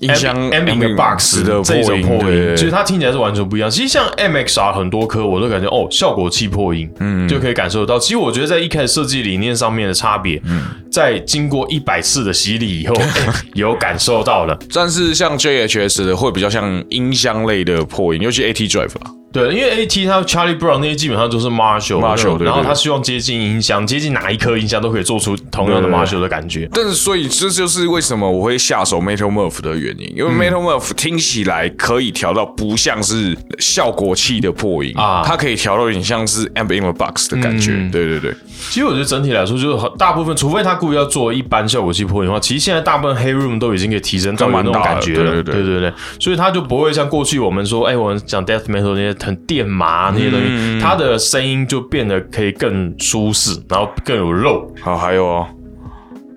S3: 音箱
S2: M B 的
S3: Ambient
S2: box
S3: 的
S2: 这种
S3: 破音
S2: 破音，
S3: 对
S2: 其实它听起来是完全不一样。其实像 M X R 很多颗，我都感觉哦，效果器破音，嗯，就可以感受到。其实我觉得在一开始设计理念上面的差别，
S3: 嗯
S2: 在经过一百次的洗礼
S3: <laughs>
S2: 以后，哎有感受到了。
S3: 但是像 JHS 的会比较像音箱类的破音，尤其 AT Drive 啦。
S2: 对，因为 AT 它 Charlie Brown 那些基本上都是 Marshall 那种
S3: Marshall，对
S2: 然后
S3: 对
S2: 他希望接近音箱，接近哪一颗音箱都可以做出同样的
S3: 对对
S2: Marshall 的感觉。
S3: 但是所以这就是为什么我会下手 Metal Murph 的原因，
S2: 嗯
S3: 因为 Metal Murph 听起来可以调到不像是效果器的破音
S2: 啊嗯
S3: 它可以调到有点像是 Ambient Box 的感觉。对对对，
S2: 其实我觉得整体来说，就是很大部分，除非他故意要做一般效果器破音的话，其实现在大部分黑 room 都已经可以提升到有那种感觉了。
S3: 都蛮大的对对对
S2: 对所以他就不会像过去我们说，哎，我们讲 death metal 那些很电麻
S3: 嗯
S2: 那些东西，它的声音就变得可以更舒适，然后更有肉。
S3: 好，还有哦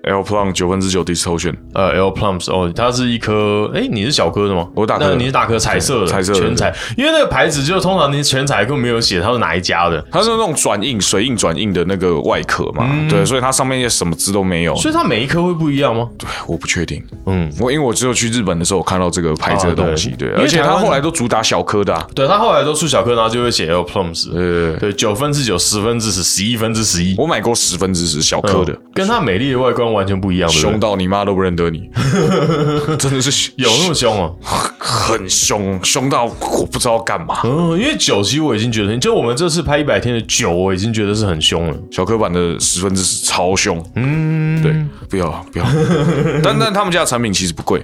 S3: L Plum 九分之九 Distortion，
S2: 呃，L Plums 哦，它是一颗，哎，你是小颗的吗？
S3: 我大颗
S2: 那
S3: 的
S2: 你是大颗彩色的，
S3: 彩色的
S2: 全彩，因为那个牌子就通常你全彩根本没有写它是哪一家的，
S3: 它是那种转印、水印转印的那个外壳嘛，对，所以它上面也什么字都没有。
S2: 嗯所以它每一颗会不一样吗？
S3: 我不确定，
S2: 嗯，
S3: 我因为我只有去日本的时候我看到这个牌子的东西，
S2: 啊对
S3: 对，
S2: 因为
S3: 而且
S2: 台
S3: 它
S2: 湾
S3: 后来都主打小颗的、啊，
S2: 对，它后来都出小颗，然后就会写 L Plums，
S3: 呃，
S2: 对，九分之九、十分之十、十一分之十一，
S3: 我买过十分之十小颗的，
S2: 嗯跟它美丽的外观完全不一样，对不
S3: 凶
S2: 对？
S3: 到你妈都不认得你，真的是
S2: 嗯 <laughs> 有那么凶哦、
S3: 很凶，凶到我不知道干嘛。
S2: 嗯，因为九其实我已经觉得，就我们这次拍一百天的九，我已经觉得是很凶了。
S3: 小科版的十分之十超凶，嗯，对，不要不要，但但他们家的产品其实不贵，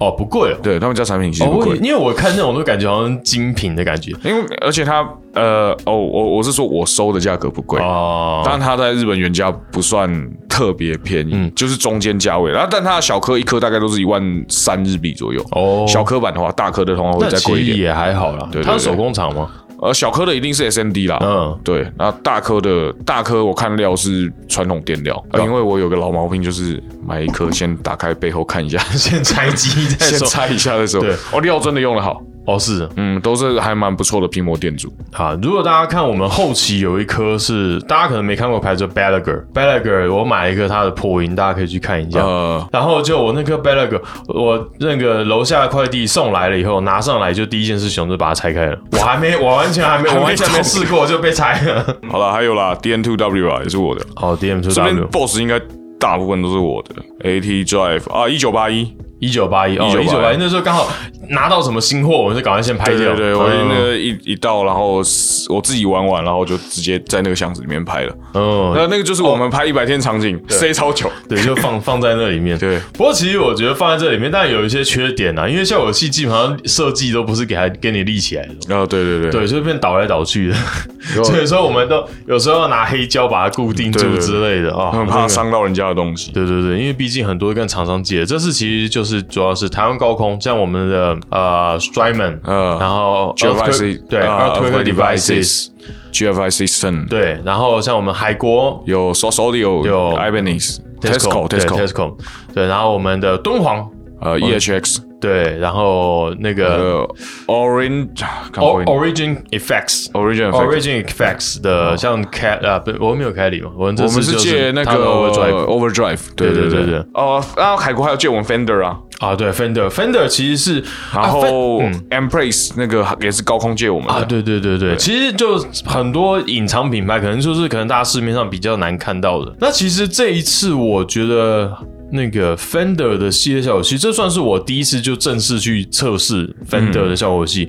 S2: 哦，不贵哦，
S3: 对他们家产品其实
S2: 哦，
S3: 不
S2: 我
S3: 贵，
S2: 以因为我看那种都感觉好像精品的感觉
S3: 因为而且它呃哦我我是说我收的价格不贵，
S2: 哦。
S3: 当然它在日本原价不算特别便宜，
S2: 嗯
S3: 就是中间价位。然后但它的小颗一颗大概都是一万三日币左右。
S2: 哦
S3: 小颗版的话，大颗的通常会
S2: 那
S3: 再
S2: 其
S3: 贵
S2: 实
S3: 一点。
S2: 也还好啦，
S3: 对对
S2: 它是
S3: 对
S2: 手工厂吗？
S3: 呃，小颗的一定是 SND 啦。 <laughs>
S2: 嗯，
S3: 对，那大颗的大颗我看料是传统电料，
S2: 嗯
S3: 呃因为我有个老毛病，就是买一颗先打开背后看
S2: <laughs>
S3: 一下，
S2: 先拆机再 <laughs>
S3: 先
S2: 说。
S3: 拆一下的时候
S2: 对，
S3: 哦料真的用的好，
S2: 哦，是
S3: 嗯，都是还蛮不错的拼膜店主。
S2: 好。如果大家看我们后期有一颗是大家可能没看过牌子 b a l l a g e r b a l l a g e r 我买了一个它的破音，大家可以去看一下。
S3: 呃，
S2: 然后就我那颗 b a l l a g e r 我那个楼下的快递送来了以后，拿上来就第一件事情就把它拆开了。我还没，我完全
S3: <laughs>
S2: 还没，我完全还没试过就被拆了。
S3: 好了，还有啦，DN Two W 啊也是我的，
S2: 好，DM 出
S3: 这边
S2: W
S3: boss 应该大部分都是我的 AT Drive 啊，一九八一，
S2: 一九八一哦，一九八一
S3: 1981
S2: 那时候刚好拿到什么新货，我们就赶快先拍
S3: 对
S2: 掉。
S3: 对对，我
S2: 嗯
S3: 那个一一到，然后我自己玩完，然后就直接在那个箱子里面拍了。
S2: 嗯，
S3: 那那个就是我们拍一百天场景，塞超久。
S2: 对，就放 <laughs> 放在那里面。
S3: 对，
S2: 不过其实我觉得放在这里面，但有一些缺点啊，因为效果器基本上设计都不是给它给你立起来的，
S3: 啊，对对对
S2: 对，就变倒来倒去的。 <laughs> 所以说我们都有时候要拿黑胶把它固定
S3: 对
S2: 住
S3: 对对
S2: 之类的啊，
S3: 很怕伤到人家的东西。
S2: 对对对，因为毕竟很多跟厂商借，这次其实就是主要是台湾高空，像我们的呃 Strymon，
S3: 呃
S2: 然后
S3: GFI
S2: 对 Earthquake Devices，
S3: GFI System
S2: 对，然后像我们海国
S3: 有 Source Audio
S2: 有
S3: Ibanez
S2: Tesco
S3: Tesco
S2: 对
S3: Tesco
S2: Tesco，对，然后我们的敦煌，
S3: 呃 EHX
S2: 对，然后那个
S3: 呃 Orange 啊
S2: O- Origin Effects。
S3: Origin 哦
S2: Origin Effects 的像开啊，不，我们没有开礼嘛，我们这
S3: 我
S2: 次
S3: 们
S2: 就是
S3: 借那
S2: 他
S3: 个
S2: 的 Overdrive
S3: Overdrive，对
S2: 对对
S3: 对
S2: 对
S3: 对。哦，然后海国还有借我们 Fender 啊，
S2: 啊，对，Fender，Fender 其实是
S3: 然
S2: 啊，Fen-
S3: 后 M Place 那个也是高空借我们
S2: 啊，
S3: 的，
S2: 对对对对，其实就很多隐藏品牌，可能就是可能大家市面上比较难看到的。那其实这一次，我觉得那个 Fender 的系列效果器，这算是我第一次就正式去测试
S3: 嗯
S2: Fender 的效果器。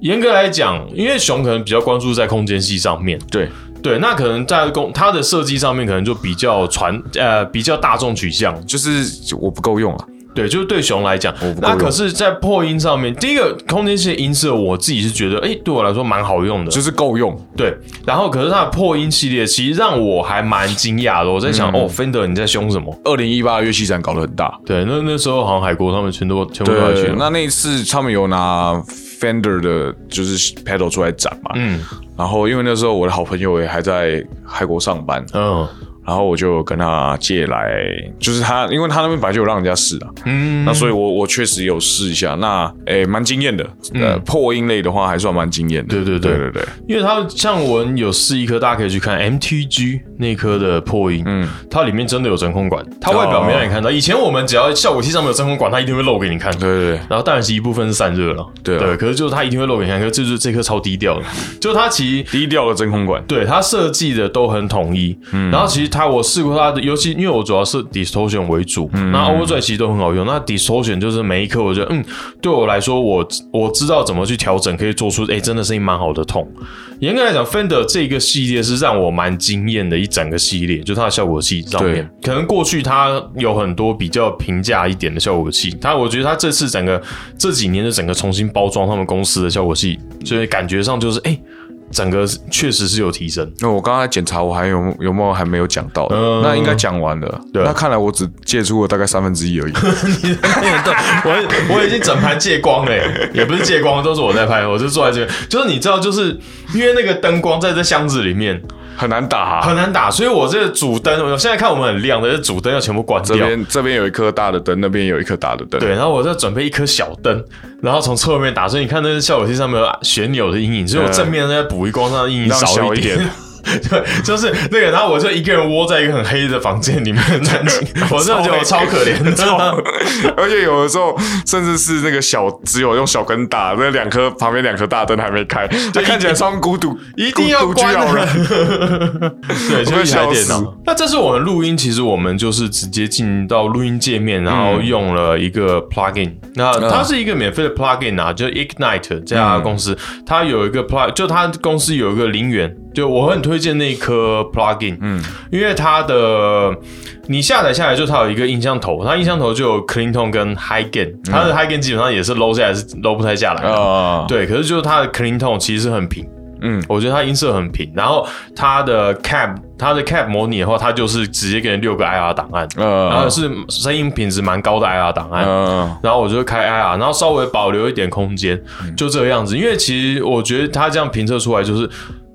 S2: 严格来讲，因为熊可能比较关注在空间系上面，
S3: 对，
S2: 对，那可能在工它的设计上面可能就比较传呃比较大众取向，
S3: 就是我不够用啊，
S2: 对，就是对熊来讲
S3: 我不，
S2: 那
S3: 够用
S2: 可是，在破音上面，第一个空间系的音色，我自己是觉得，哎、对我来说蛮好用的，
S3: 就是够用，
S2: 对，然后可是它的破音系列其实让我还蛮惊讶的，我在想，哦，Fender 你在凶什么？
S3: 二零一八的乐器展搞得很大，
S2: 对，那那时候好像海国他们全都全部都来去
S3: 对，
S2: 了，
S3: 那那一次他们有拿 Fender 的，就是 pedal 出来展嘛，
S2: 嗯
S3: 然后因为那时候我的好朋友也还在韩国上班，
S2: 嗯
S3: 然后我就跟他借来，就是他，因为他那边本来就有让人家试啊，
S2: 嗯，
S3: 那所以我我确实有试一下，那诶蛮惊艳的，呃，破音类的话还算蛮惊艳的，
S2: 嗯对对对
S3: 对对对，
S2: 因为它像我们有试一颗，大家可以去看 MTG 那颗的破音，嗯，哦它里面真的有真空管，它外表没让你看到。以前我们只要效果器上面有真空管，它一定会漏给你看。
S3: 对对对
S2: 然后当然是一部分是散热了，
S3: 对啊
S2: 对，可是就是它一定会漏给你看，可是就是这颗超低调 <laughs> 的，就是它其实
S3: 低调的真空管，
S2: 对它设计的都很统一，然后其实它我试过它的，尤其因为我主要是 distortion 为主，那 overdrive 其实都很好用。那 distortion 就是每一颗，我觉得嗯，对我来说，我我知道怎么去调整，可以做出诶真的声音蛮好的痛。严格来讲，Fender 这个系列是让我蛮惊艳的一整个系列，就它的效果器上面，可能过去它有很多比较平价一点的效果器，它我觉得它这次整个这几年的整个重新包装他们公司的效果器，所以感觉上就是哎诶整个确实是有提升。
S3: 那我刚才检查我还有有没有还没有讲到的，
S2: 嗯
S3: 那应该讲完了，
S2: 对
S3: 那看来我只借出了大概三分之一
S2: <laughs>
S3: 而已，
S2: <laughs> 我我已经整盘借光了耶，也不是借光，都是我在拍，我就坐在这边。就是你知道，就是因为那个灯光在这箱子里面
S3: 很难打、
S2: 很难打，所以我这个主灯，我现在看我们很亮的，这主灯要全部关
S3: 这
S2: 掉。
S3: 边这边有一颗大的灯，那边有一颗大的灯，
S2: 对，然后我再准备一颗小灯，然后从侧面打，所以你看那个效果器上面有旋钮的阴影，所以我正面再补一光，让阴影
S3: 让
S2: 少
S3: 小
S2: 一
S3: 一
S2: 点 <laughs>
S3: 点。
S2: 对，就是那个，然后我就一个人窝在一个很黑的房间里面，很安
S3: <laughs>
S2: 静，我真的觉得我超可怜的。
S3: <laughs> 而且有的时候甚至是那个小，只有用小跟打，那两颗旁边两颗大灯还没
S2: <laughs>
S3: 开，它 <laughs> 看起来超孤独，
S2: 一定要
S3: 孤独居
S2: 关
S3: 老人。 <laughs>
S2: 对，就是
S3: 我快
S2: 一台
S3: 笑
S2: 电
S3: 死
S2: 脑。那这是我们录音，其实我们就是直接进到录音界面，然后用了一个
S3: 嗯
S2: plugin。那它是一个免费的 plugin 啊，就是 Ignite 这家公司，
S3: 嗯
S2: 它有一个 plug，就它公司有一个零元，就我很推荐那一颗 plugin，嗯，因为它的你下载下来就它有一个音箱头，它音箱头就有 clean tone 跟 high gain，它
S3: 嗯
S2: 的 high gain 基本上也是 low 下来是 low 不太下来的， <laughs>
S3: 啊，
S2: 对，可是就是它的 clean tone 其实是很平，
S3: 嗯，
S2: 我觉得它音色很平，然后它的 cap 它的 cap 模拟的话，它就是直接给你六个 IR 档案，然后
S3: 呃，
S2: 是声音品质蛮高的 IR 档案。
S3: 呃，
S2: 然后我就开 IR，然后稍微保留一点空间，
S3: 嗯
S2: 就这个样子。因为其实我觉得它这样评测出来，就是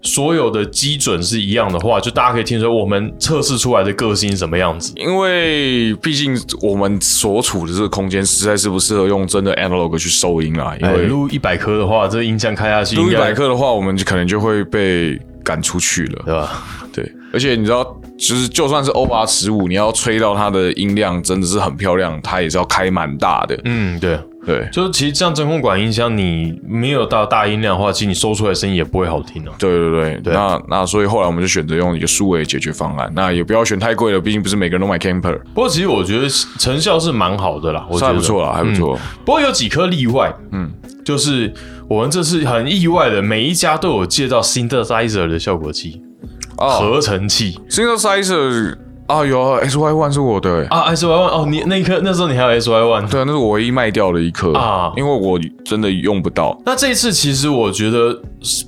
S2: 所有的基准是一样的话，就大家可以听出来我们测试出来的个性是什么样子。
S3: 因为毕竟我们所处的这个空间实在是不适合用真的 analog 去收音啊，因
S2: 哎，
S3: 为
S2: 录一百颗的话，这音箱开下去
S3: 录
S2: 应
S3: 一
S2: 该
S3: 百，克的话，我们就可能就会被赶出去了。
S2: 对吧？
S3: 对，而且你知道，就是就算是欧巴十五，你要吹到它的音量真的是很漂亮，它也是要开蛮大的。
S2: 嗯，对。
S3: 对，
S2: 就是其实像真空管音箱，你没有到大音量的话，其实你收出来的声音也不会好听哦、
S3: 对对对，那那所以后来我们就选择用一个数位解决方案，那也不要选太贵了，毕竟不是每个人都买 Camper，
S2: 不过其实我觉得成效是蛮好的啦，我觉得嗯
S3: 还不错啦，还不错。
S2: 不过有几颗例外，嗯，就是我们这次很意外的，每一家都有借到 synthesizer 的效果器、
S3: 啊
S2: 合成器
S3: Synthesizer 啊，有 SY One 是我的、欸
S2: 啊，S Y One 哦，你那一颗那时候你还有 S Y One，
S3: 对，那是我唯一卖掉的一颗
S2: 啊
S3: 因为我真的用不到。
S2: 那这一次其实我觉得，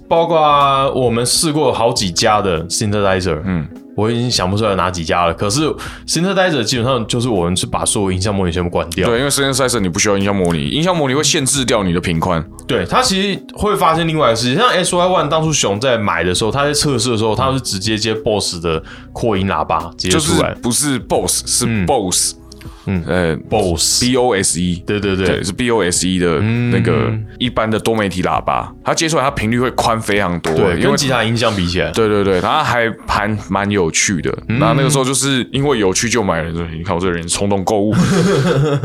S2: 包括我们试过好几家的 synthesizer，嗯，我已经想不出来哪几家了。可是 synthesizer 基本上就是我们是把所有音箱模拟全部关掉，
S3: 对，因为 Synthesizer 你不需要音箱模拟，音箱模拟会限制掉你的频宽。
S2: 对，它其实会发现另外一个事情，像 S Y One 当初熊在买的时候，他在测试的时候，他是直接接 BOSS 的扩音喇叭直接
S3: 就是
S2: 出来，
S3: 不是 Boss 是 Boss，、
S2: 嗯
S3: 呃
S2: Bose
S3: B O S E，
S2: 对对嗯
S3: 对，
S2: 对，
S3: 是 B O S E 的那个一般的多媒体喇叭，它接出来它频率会宽非常多，
S2: 对，
S3: 因为
S2: 跟其他音箱比起来，
S3: 对对对，然后还还蛮有趣的。那、那个时候就是因为有趣就买了，你看我这个人冲动 <laughs> 购物。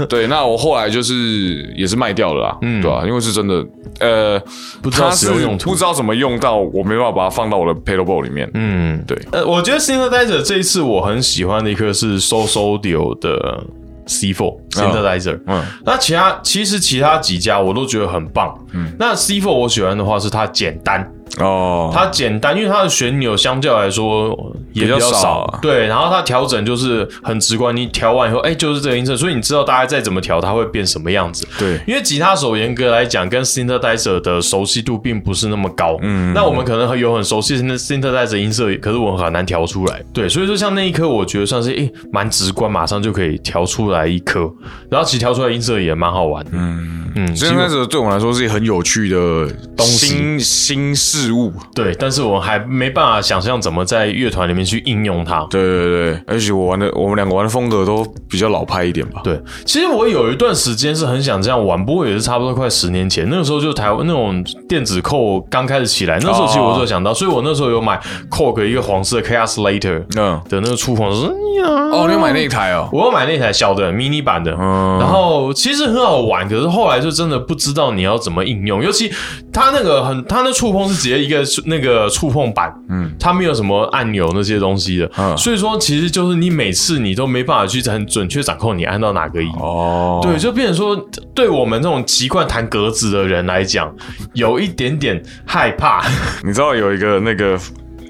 S3: 对，那我后来就是也是卖掉了啦，对吧、因为是真的，呃，嗯不
S2: 知道使用用途
S3: 不知道怎么用到，我没办法把它放到我的 p a d a l b o a r 里面。
S2: 嗯，
S3: 对
S2: 呃，我觉得 synthesizer 这一次我很喜欢的一颗是 So Sodio 的 C4 synthesizer，
S3: 嗯嗯
S2: 那其他其实其他几家我都觉得很棒，嗯，那 C4 我喜欢的话是它简单，
S3: 哦，
S2: 它简单，因为它的旋钮相较来说也
S3: 比较
S2: 较
S3: 少啊
S2: 对，然后它调整就是很直观，你调完以后，哎，就是这个音色，所以你知道大概再怎么调，它会变什么样子。
S3: 对
S2: 因为吉他手严格来讲，跟 synthesizer 的熟悉度并不是那么高。嗯，那我们可能有很熟悉的 synthesizer 音色，可是我很难调出来。对，所以说像那一颗，我觉得算是诶蛮、直观，马上就可以调出来一颗。然后其实调出来的音色也蛮好玩的。嗯嗯，
S3: 所以那时候对我来说是很有趣的新新事物。
S2: 对，但是我还没办法想象怎么在乐团里面去应用它。
S3: 对对对，而且我玩的我们两个玩的风格都比较老派一点吧。
S2: 对，其实我有一段时间是很想这样玩，不过也是差不多快十年前，那个时候就台湾那种电子扣刚开始起来，那时候其实我就有想到，所以我那时候有买 Korg 一个黄色的 Chaos Later
S3: 嗯，
S2: 的那个粗黄色，嗯
S3: 哦，你有买那一台哦？
S2: 我要买那台小的 mini 版的，
S3: 嗯
S2: 然后其实很好玩，可是后来就真的不知道你要怎么应用，尤其它那个很，它那触碰是直接一个触那个触碰板，嗯，它没有什么按钮那些东西的，
S3: 嗯
S2: 所以说其实就是你每次你都没办法去很准确掌控你按到哪个音。
S3: 哦，
S2: 对，就变成说，对我们这种习惯弹格子的人来
S3: <laughs>
S2: 讲，有一点点害怕。
S3: 你知道有一个那个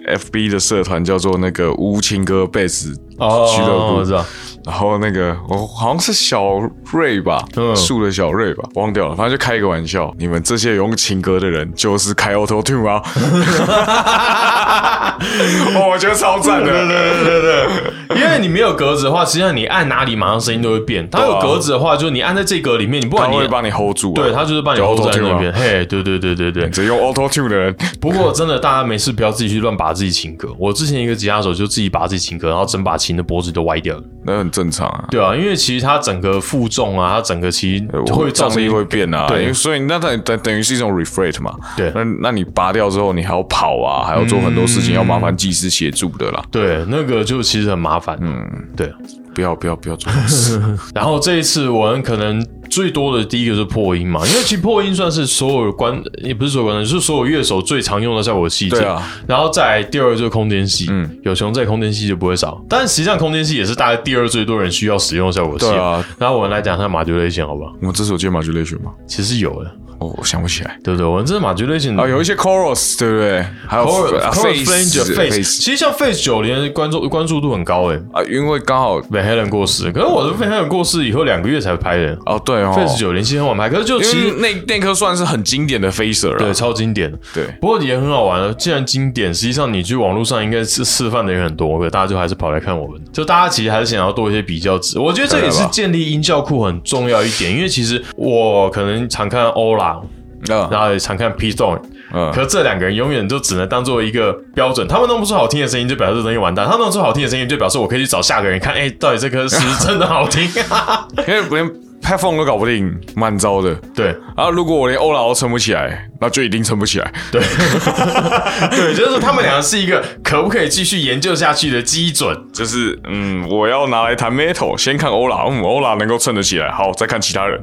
S3: FB 的社团叫做那个乌青哥贝斯
S2: 哦
S3: 俱乐部，
S2: 我知 <laughs> 道。
S3: 然后那个我好像是小瑞吧，
S2: 嗯
S3: 树、的小瑞吧，忘掉了，反正就开一个玩笑，你们这些用情歌的人就是开 Auto
S2: <laughs>
S3: Tune 啊，哦，我觉得超赞的，
S2: 对对，因为你没有格子的话，实际上你按哪里，马上声音都会变。它有格子的话，就是你按在这格里面，你不
S3: 他
S2: 管你
S3: 会，帮你 hold 住、啊，
S2: 对，它就是帮你
S3: auto
S2: hold 在
S3: tune 啊
S2: 那边。嘿，对对对对
S3: <laughs>
S2: 对。
S3: 只用 Auto Tune 的人，
S2: 不过真的，大家没事不要自己去乱拔自己琴格。我之前一个吉他手就自己拔自己琴格，然后整把琴的脖子都歪掉了。
S3: 那很正常啊。
S2: 对啊，因为其实它整个负重啊，它整个其实
S3: 哎我
S2: 会造
S3: 噪
S2: 成一
S3: 音会变啊，
S2: 对
S3: 因为所以那等等等于是一种 reflect 嘛，
S2: 对
S3: 那那你拔掉之后，你还要跑啊，还要做很多事
S2: 嗯
S3: 情，要麻烦技师协助的啦，
S2: 对那个就其实很麻烦。嗯，对。
S3: 不要不要不要做这种事，
S2: 然后这一次我们可能最多的第一个是破音嘛，因为其实破音算是所有关，也不是所有关的，是所有乐手最常用的效果器。
S3: 对啊。
S2: 然后再来第二个就是空间系，嗯，有熊在空间系就不会少，但实际上空间系也是大概第二最多人需要使用的效果器。
S3: 对啊。
S2: 然后我们来讲一下马爵类型，好不好？
S3: 我们这首《剑马剧类选》吗？
S2: 其实有的，
S3: 哦，我想不起来
S2: 对不对？我们这马爵类型
S3: 啊，有一些 chorus 对不对？还有
S2: Coral
S3: f- 啊
S2: Coral Flanger Face，
S3: face
S2: 其实像 Face 九连关注关注度很高诶。
S3: 啊，因为刚好
S2: Van Halen 过世，可是我的 Van Halen 过世以后两个月才拍的。
S3: 哦，对哦
S2: Face 九连新很晚拍，可是就其
S3: 因
S2: 实
S3: 为那那颗算是很经典的 facer 啊
S2: 对，
S3: 了，
S2: 超经典的。
S3: 对
S2: 不过也很好玩了。既然经典，实际上你去网络上应该是示范的也很多，可大家就还是跑来看我们。就大家其实还是想要多一些比较值。我觉得这也
S3: 对
S2: 是啊
S3: 吧
S2: 建立音效库很重要一点，因为其实我可能常看 Ola，
S3: 啊
S2: 然后也常看 P Stone，
S3: 嗯
S2: 可这两个人永远就只能当做一个标准。他们弄不出好听的声音，就表示这东西完蛋；他们弄出好听的声音，就表示我可以去找下个人看，哎，到底这颗是不是真的好听 <laughs> 啊？
S3: 因为连 p a p h o n 都搞不定，蛮糟的。
S2: 对。
S3: 啊，如果我连欧拉都撑不起来，那就一定撑不起来。
S2: 对， <laughs> 对，就是他们两个是一个可不可以继续研究下去的基准。 <laughs>
S3: 就是嗯，我要拿来弹 metal，先看欧拉，嗯，欧拉能够撑得起来，好，再看其他人。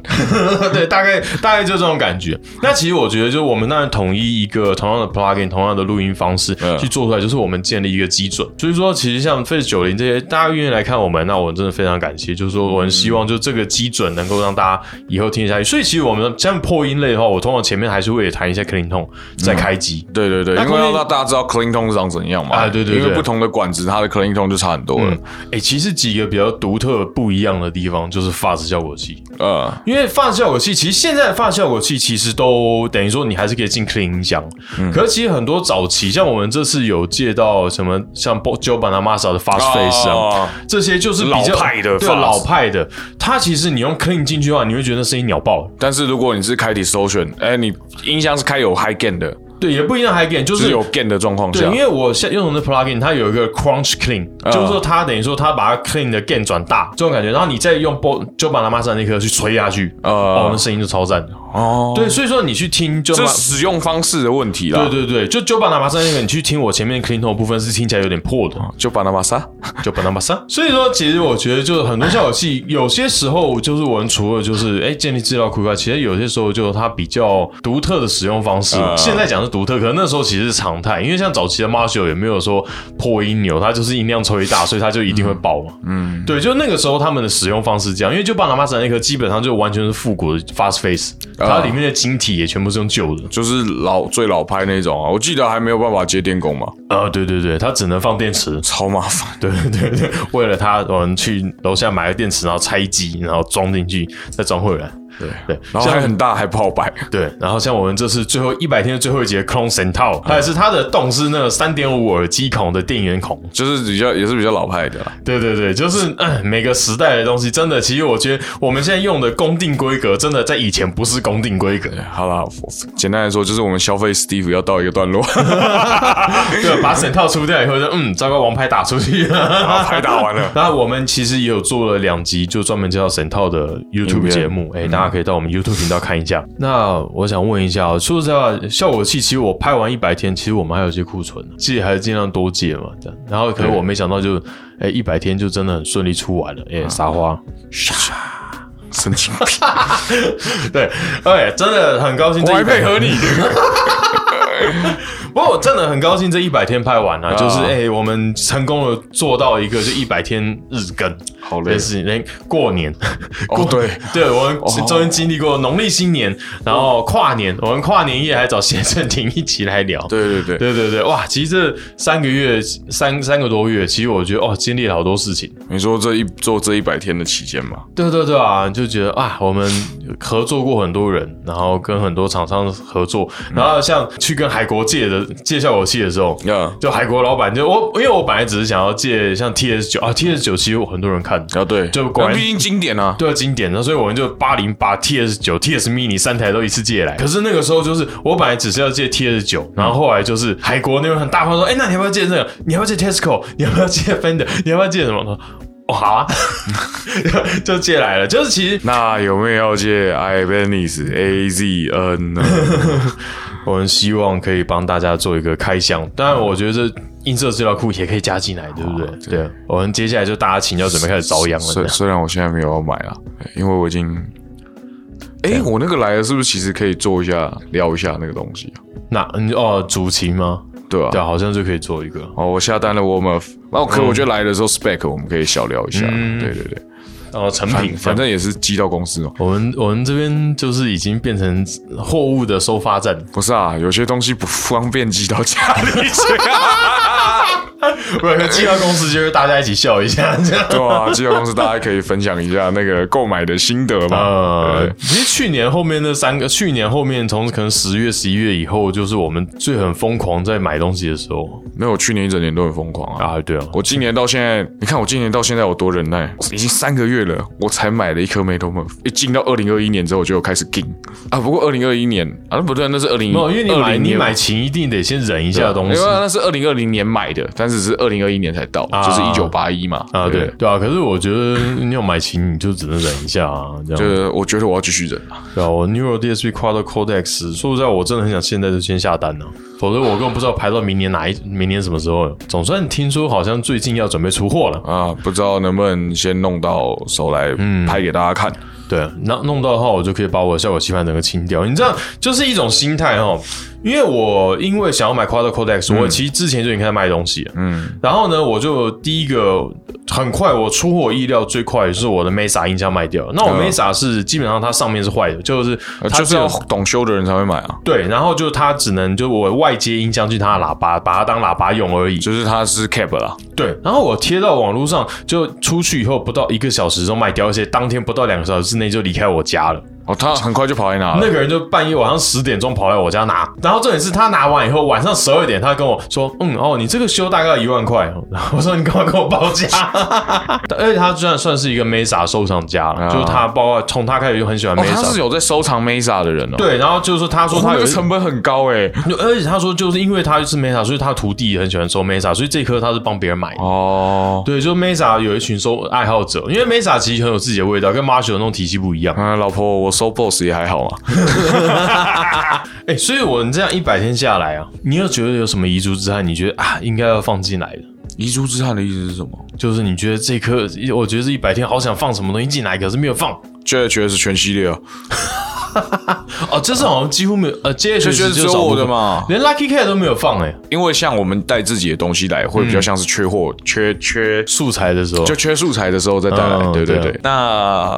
S2: 对，大概大概就这种感觉。那其实我觉得，就我们当然统一一个同样的 plugin、同样的录音方式、
S3: 嗯
S2: 去做出来，就是我们建立一个基准。所以说，其实像 Face 九零这些，大家愿意来看我们，那我真的非常感谢。就是说，我很希望就这个基准能够让大家以后听得下去。所以其实我们像破音类的话，我通常前面还是会弹一下 clean tone 再开机。
S3: 对对对，
S2: 那
S3: 因为
S2: 空
S3: 要
S2: 间
S3: 让大家知道 clean tone 长怎样嘛。
S2: 啊对对对
S3: 因为不同的管子，它的 clean tone 就差很多了。
S2: 哎、其实几个比较独特不一样的地方，就是发子效果器。
S3: 呃，
S2: 因为发效果器，其实现在的发效果器其实都等于说你还是可以进 clean 音箱，
S3: 嗯
S2: 可是其实很多早期像我们这次有借到什么像 Bo- Joe Bonamassa 的 Fast Face 啊，
S3: 哦
S2: 这些就是比较
S3: 老派的
S2: 对
S3: fuzz
S2: 老派的，它其实你用 clean 进去的话，你会觉得声音鸟爆。
S3: 但是如果你是开 distortion，哎、你音箱是开有 high gain 的，
S2: 对，也不一定还 gain，就
S3: 就是
S2: 是
S3: 有 gain 的状况
S2: 对，
S3: 下
S2: 因，为我现用的 plugin 它有一个 crunch clean，、就是
S3: 啊
S2: 说它等于说它把它 clean 的 gain 转大这种感觉，然后你再用 bo 就把它马上那颗去吹下去，
S3: 呃
S2: 哦，那声音就超赞的。
S3: 哦，
S2: 对，所以说你去听就
S3: 这使用方式的问题啦。
S2: 对啊对对，就九把拿马萨那个，你去听我前面 clean tone 部分是听起来有点破的，
S3: 就把那把杀，
S2: 九把拿马萨。哦 <laughs> 所以说，其实我觉得就是很多效果器，有些时候就是我们除了就是哎建立资料库以外，其实有些时候就是它比较独特的使用方式。
S3: 呃
S2: 现在讲是独特，可能那时候其实是常态，因为像早期的 Marshall 也没有说破音钮，它就是音量超级大，所以它就一定会爆嘛。嗯，对，就那个时候他们的使用方式这样，因为九把拿马萨那颗基本上就完全是复古的 fast face，它里面的晶体也全部是用旧的。
S3: 就是老最老派那种啊。我记得还没有办法接电工嘛，
S2: 啊，对对对，它只能放电池。
S3: 超麻烦。
S2: 对 <laughs> 对对，为了它，我们去楼下买个电池，然后拆机，然后装进去，再装回来。
S3: 对
S2: 对
S3: 然后还很大，还不好摆。
S2: 对，然后像我们这次最后一百天的最后一节 Clone Centaur，它也是它的洞是那个三点五耳机孔的电源孔。
S3: 就是比较也是比较老派的啦，
S2: 对对对，就是、嗯、每个时代的东西，真的，其实我觉得我们现在用的公定规格，真的在以前不是公定规格。
S3: 好啦，我简单来说，就是我们消费 Steve 要到一个段
S2: <laughs>
S3: 落，
S2: 对，把 Centaur 出掉以后就，嗯，糟糕，王牌打出去了。
S3: 把牌打完了。
S2: 那我们其实也有做了两集，就专门介绍神套的 YouTube 节目，哎、大家可以到我们 YouTube 频道看一下。那我想问一下哦，说实在话，效果器其实我拍完一百天，其实我们还有一些库存，自己还是尽量多借嘛，这样。然后可是我没想到就，哎，一百天就真的很顺利出完了，哎、撒花。
S3: 神经病，
S2: <laughs> 对，哎、真的很高兴，
S3: 我还配合你。
S2: <laughs> 不过我真的很高兴这一百天拍完了、
S3: 啊
S2: 就是哎、我们成功的做到一个就一百天日更，
S3: 好
S2: 这
S3: 累
S2: 件事情，连过年。
S3: <laughs> 哦，对，哦
S2: 对，我们中间经历过农历新年，然后跨年，我们跨年夜还找谢振廷一起来聊。
S3: 对对对，
S2: 对对对，哇！其实这三个月三三个多月，其实我觉得哦，经历了好多事情。
S3: 你说这一做这一百天的期间嘛，
S2: 对对对啊，就觉得啊，我们合作过很多人，然后跟很多厂商合作，然后像去跟海国借的借效果器的时候，
S3: 啊
S2: 就海国老板就我，因为我本来只是想要借像 TS 九啊，TS 九其实有很多人看，
S3: 啊对，
S2: 就果然
S3: 那毕竟经典啊，
S2: 对啊，经典的，所以我们就八零八 TS 九 TS mini 三台都一次借来。可是那个时候就是我本来只是要借 TS 九，然后后来就是海国那边很大方说，哎、那你要不要借这个？你要不要借 Tesco？你要不要借 Fender？你要不要借什么？哦，好啊， <laughs> 就借来了。就是其实
S3: 那有没有要借 i v a n i s A Z N <laughs> 呢？
S2: 我们希望可以帮大家做一个开箱，当然我觉得映射资料库也可以加进来，对不啊对？
S3: 对
S2: 对，我们接下来就大家请教准备开始遭殃了。这样
S3: 虽
S2: 啊
S3: 虽然我现在没有要买啦，因为我已经，哎、我那个来了，是不是其实可以做一下聊一下那个东西啊？
S2: 那嗯哦，主题吗？
S3: 对啊，嗯
S2: 对啊，好像就可以做一个。
S3: 哦，我下单了 Warm Up，那可我觉得来的时候 Spec 我们可以小聊一下，对对对，
S2: 哦，成品
S3: 反，反正也是寄到公司哦。
S2: 我们我们这边就是已经变成货物的收发 <laughs> 站，
S3: 不是啊，有些东西不方便寄到家里去啊，
S2: 不然寄到公司就是大家一起笑一下这样。
S3: <laughs> 对啊， <laughs> 寄到公司大家可以分享一下那个购买的心得嘛。
S2: <laughs> 呃
S3: 对，
S2: 其实去年后面那三个，去年后面从可能十月、十一月以后，就是我们最很疯狂在买东西的时候
S3: 没有，我去年一整年都很疯狂啊。
S2: 啊，对啊，
S3: 我今年到现在，你看我今年到现在有多忍耐，已经三个月了，我才买了一颗 Metal Muff。一进到二零二一年之后，我就有开始进啊。不过二零二一年啊，不对，那是二零
S2: 没有，因为你买你买
S3: 下
S2: 琴一啊定得先忍一下东西
S3: 啊那是二零二零年买的，但是是二零二一年才到，就是一九八一嘛。
S2: 啊，对，对啊，可是我觉得你有买琴，你就只能忍一下啊，这
S3: 就
S2: 样。
S3: 是我觉得我要继续忍啊。
S2: 对啊，我 Neural DSP Quad Codex，说实在，我真的很想现在就先下单呢、否则我根本不知道排到明年哪一明年什么时候了。总算听说好像最近要准备出货了，
S3: 啊，不知道能不能先弄到手来
S2: 嗯
S3: 拍给大家看。
S2: 对，那弄到的话，我就可以把我的效果器盘整个清掉。你知道，就是一种心态哦。因为我因为想要买 Quad
S3: 嗯
S2: Codex，、我其实之前就已经开始卖东西了。嗯，然后呢，我就第一个很快，我出乎我意料最快的就是我的 Mesa 音箱卖掉了。那我
S3: 嗯
S2: Mesa 是基本上它上面是坏的，就是
S3: 呃
S2: 它
S3: 就是
S2: 只有
S3: 要懂修的人才会买啊，
S2: 对，然后就它只能就我外接音箱去它的喇叭，把它当喇叭用而已。
S3: 就是它是 cap 啦，
S2: 对，然后我贴到网络上，就出去以后不到一个小时就卖掉，而且当天不到两个小时之内就离开我家了。
S3: 哦，他很快就跑来拿了。
S2: 那个人就半夜晚上十点钟跑来我家拿，然后重点是他拿完以后，晚上十二点他跟我说，嗯哦，你这个修大概一万块， <laughs> 然后我说你干嘛跟我报价？ <laughs> 而且他居然算是一个 Mesa 收藏家了，
S3: 啊
S2: 就是他包括从他开始就很喜欢
S3: 哦，他
S2: Mesa，、哦
S3: 是有在收藏 Mesa 的人哦。，
S2: 对，然后就是说他说他
S3: 他
S2: 有
S3: 的
S2: 一
S3: 成本很高哎。
S2: 而且他说，就是因为他是 Mesa，所以他的徒弟也很喜欢收 Mesa，所以这颗他是帮别人买的。
S3: 哦，
S2: 对，就 Mesa 有一群收爱好者，因为 Mesa 其实很有自己的味道，跟 Marshall 那种体系不一样。
S3: 嗯，老婆，我收 Boss 也还好嘛。
S2: 哎、所以我们这样一百天下来啊，你有觉得有什么遗珠之憾？你觉得啊，应该要放进来的，
S3: 遗珠之憾的意思是什么？
S2: 就是你觉得这颗，我觉得这一百天好想放什么东西进来，可是没有放。
S3: JHS 全系列哦，
S2: 哦，这次好像几乎没有，呃，J
S3: 就
S2: H
S3: 觉得只
S2: 就
S3: 有
S2: 少部
S3: 我
S2: 分
S3: 的，嘛。
S2: 连 Lucky Cat 都没有放哎、
S3: 因为像我们带自己的东西来，会比较像是缺货、缺缺
S2: 素材的时候
S3: 就缺素材的时候再带来。
S2: 嗯
S3: 对对
S2: 对啊
S3: 对。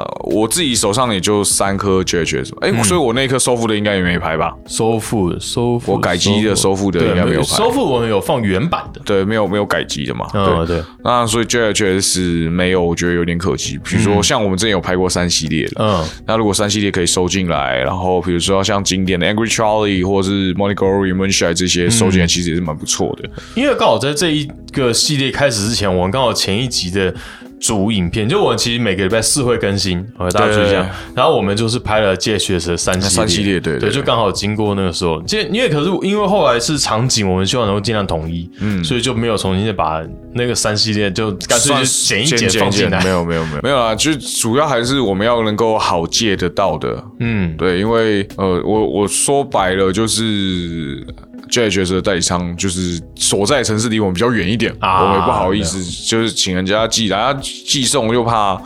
S3: 那我自己手上也就三颗 JHS，哎、所以我那颗收复的应该也没拍吧？
S2: 收复收复，
S3: 我改机的收复的
S2: 对
S3: 应该没有拍
S2: 收复，我们有放原版的。
S3: 对，没有没有改机的嘛。
S2: 嗯，对，
S3: 那所以 JHS 没有，我觉得有点可惜。比如说像我们之前有拍过三系列的，
S2: 嗯，
S3: 那如果三系列可以收进来，然后比如说像经典的 Angry Charlie 或是 Monogory Moonshine 这些收进来，其实也是蛮不错的。
S2: 因为刚好在这一个系列开始之前，我们刚好前一集的主影片，就我们其实每个礼拜四会更新，呃，大家注意一
S3: 对对
S2: 下
S3: 对。
S2: 然后我们就是拍了 GHS 的三系列，
S3: 三系列对对
S2: 对，
S3: 对
S2: 就刚好经过那个时候，这因为可是因为后来是场景，我们希望能够尽量统一，嗯，所以就没有重新再把那个三系列就干脆就
S3: 算
S2: 剪一剪放进
S3: 没
S2: 来，
S3: 有没有没有没有啦，就主要还是我们要能够好借得到的，
S2: 嗯，
S3: 对，因为呃，我我说白了就是。JHS 的代理商就是所在城市离我们比较远一点，
S2: 啊
S3: 我们也不好意思，就是请人家寄来，然后寄送又怕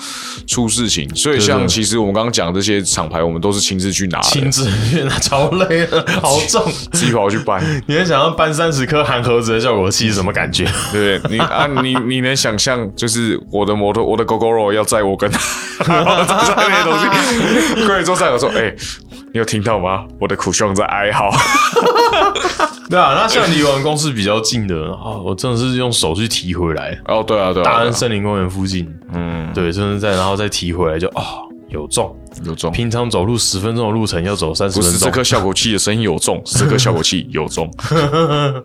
S3: 出事情，所以
S2: 对对
S3: 像其实我们刚刚讲这些厂牌，我们都是亲自去拿的，
S2: 亲自去拿，超累了，好
S3: <laughs>
S2: 重。
S3: 自己跑去搬。 <laughs>
S2: 你很想要搬三十颗含盒子的效果器是什么感觉？
S3: 对你啊，你你能想象，就是我的摩托，我的 GoGoRo 要载我跟 <laughs> 他载那些东西，跪坐在我说，哎、你有听到吗？我的苦兄在哀嚎。
S2: 对啊，那像离我们公司比较近的啊、我真的是用手去提回来，
S3: <laughs> 哦，对啊，对啊，
S2: 大
S3: 对
S2: 安
S3: 啊
S2: 森林公园附近，
S3: 嗯，
S2: 对，真的在，然后再提回来就啊、有重。
S3: 有重，
S2: 平常走路十分钟的路程要走三十
S3: 不
S2: 分
S3: 是
S2: 钟
S3: 这，颗效果器的声音有 <laughs> 重，是这颗效果器有重。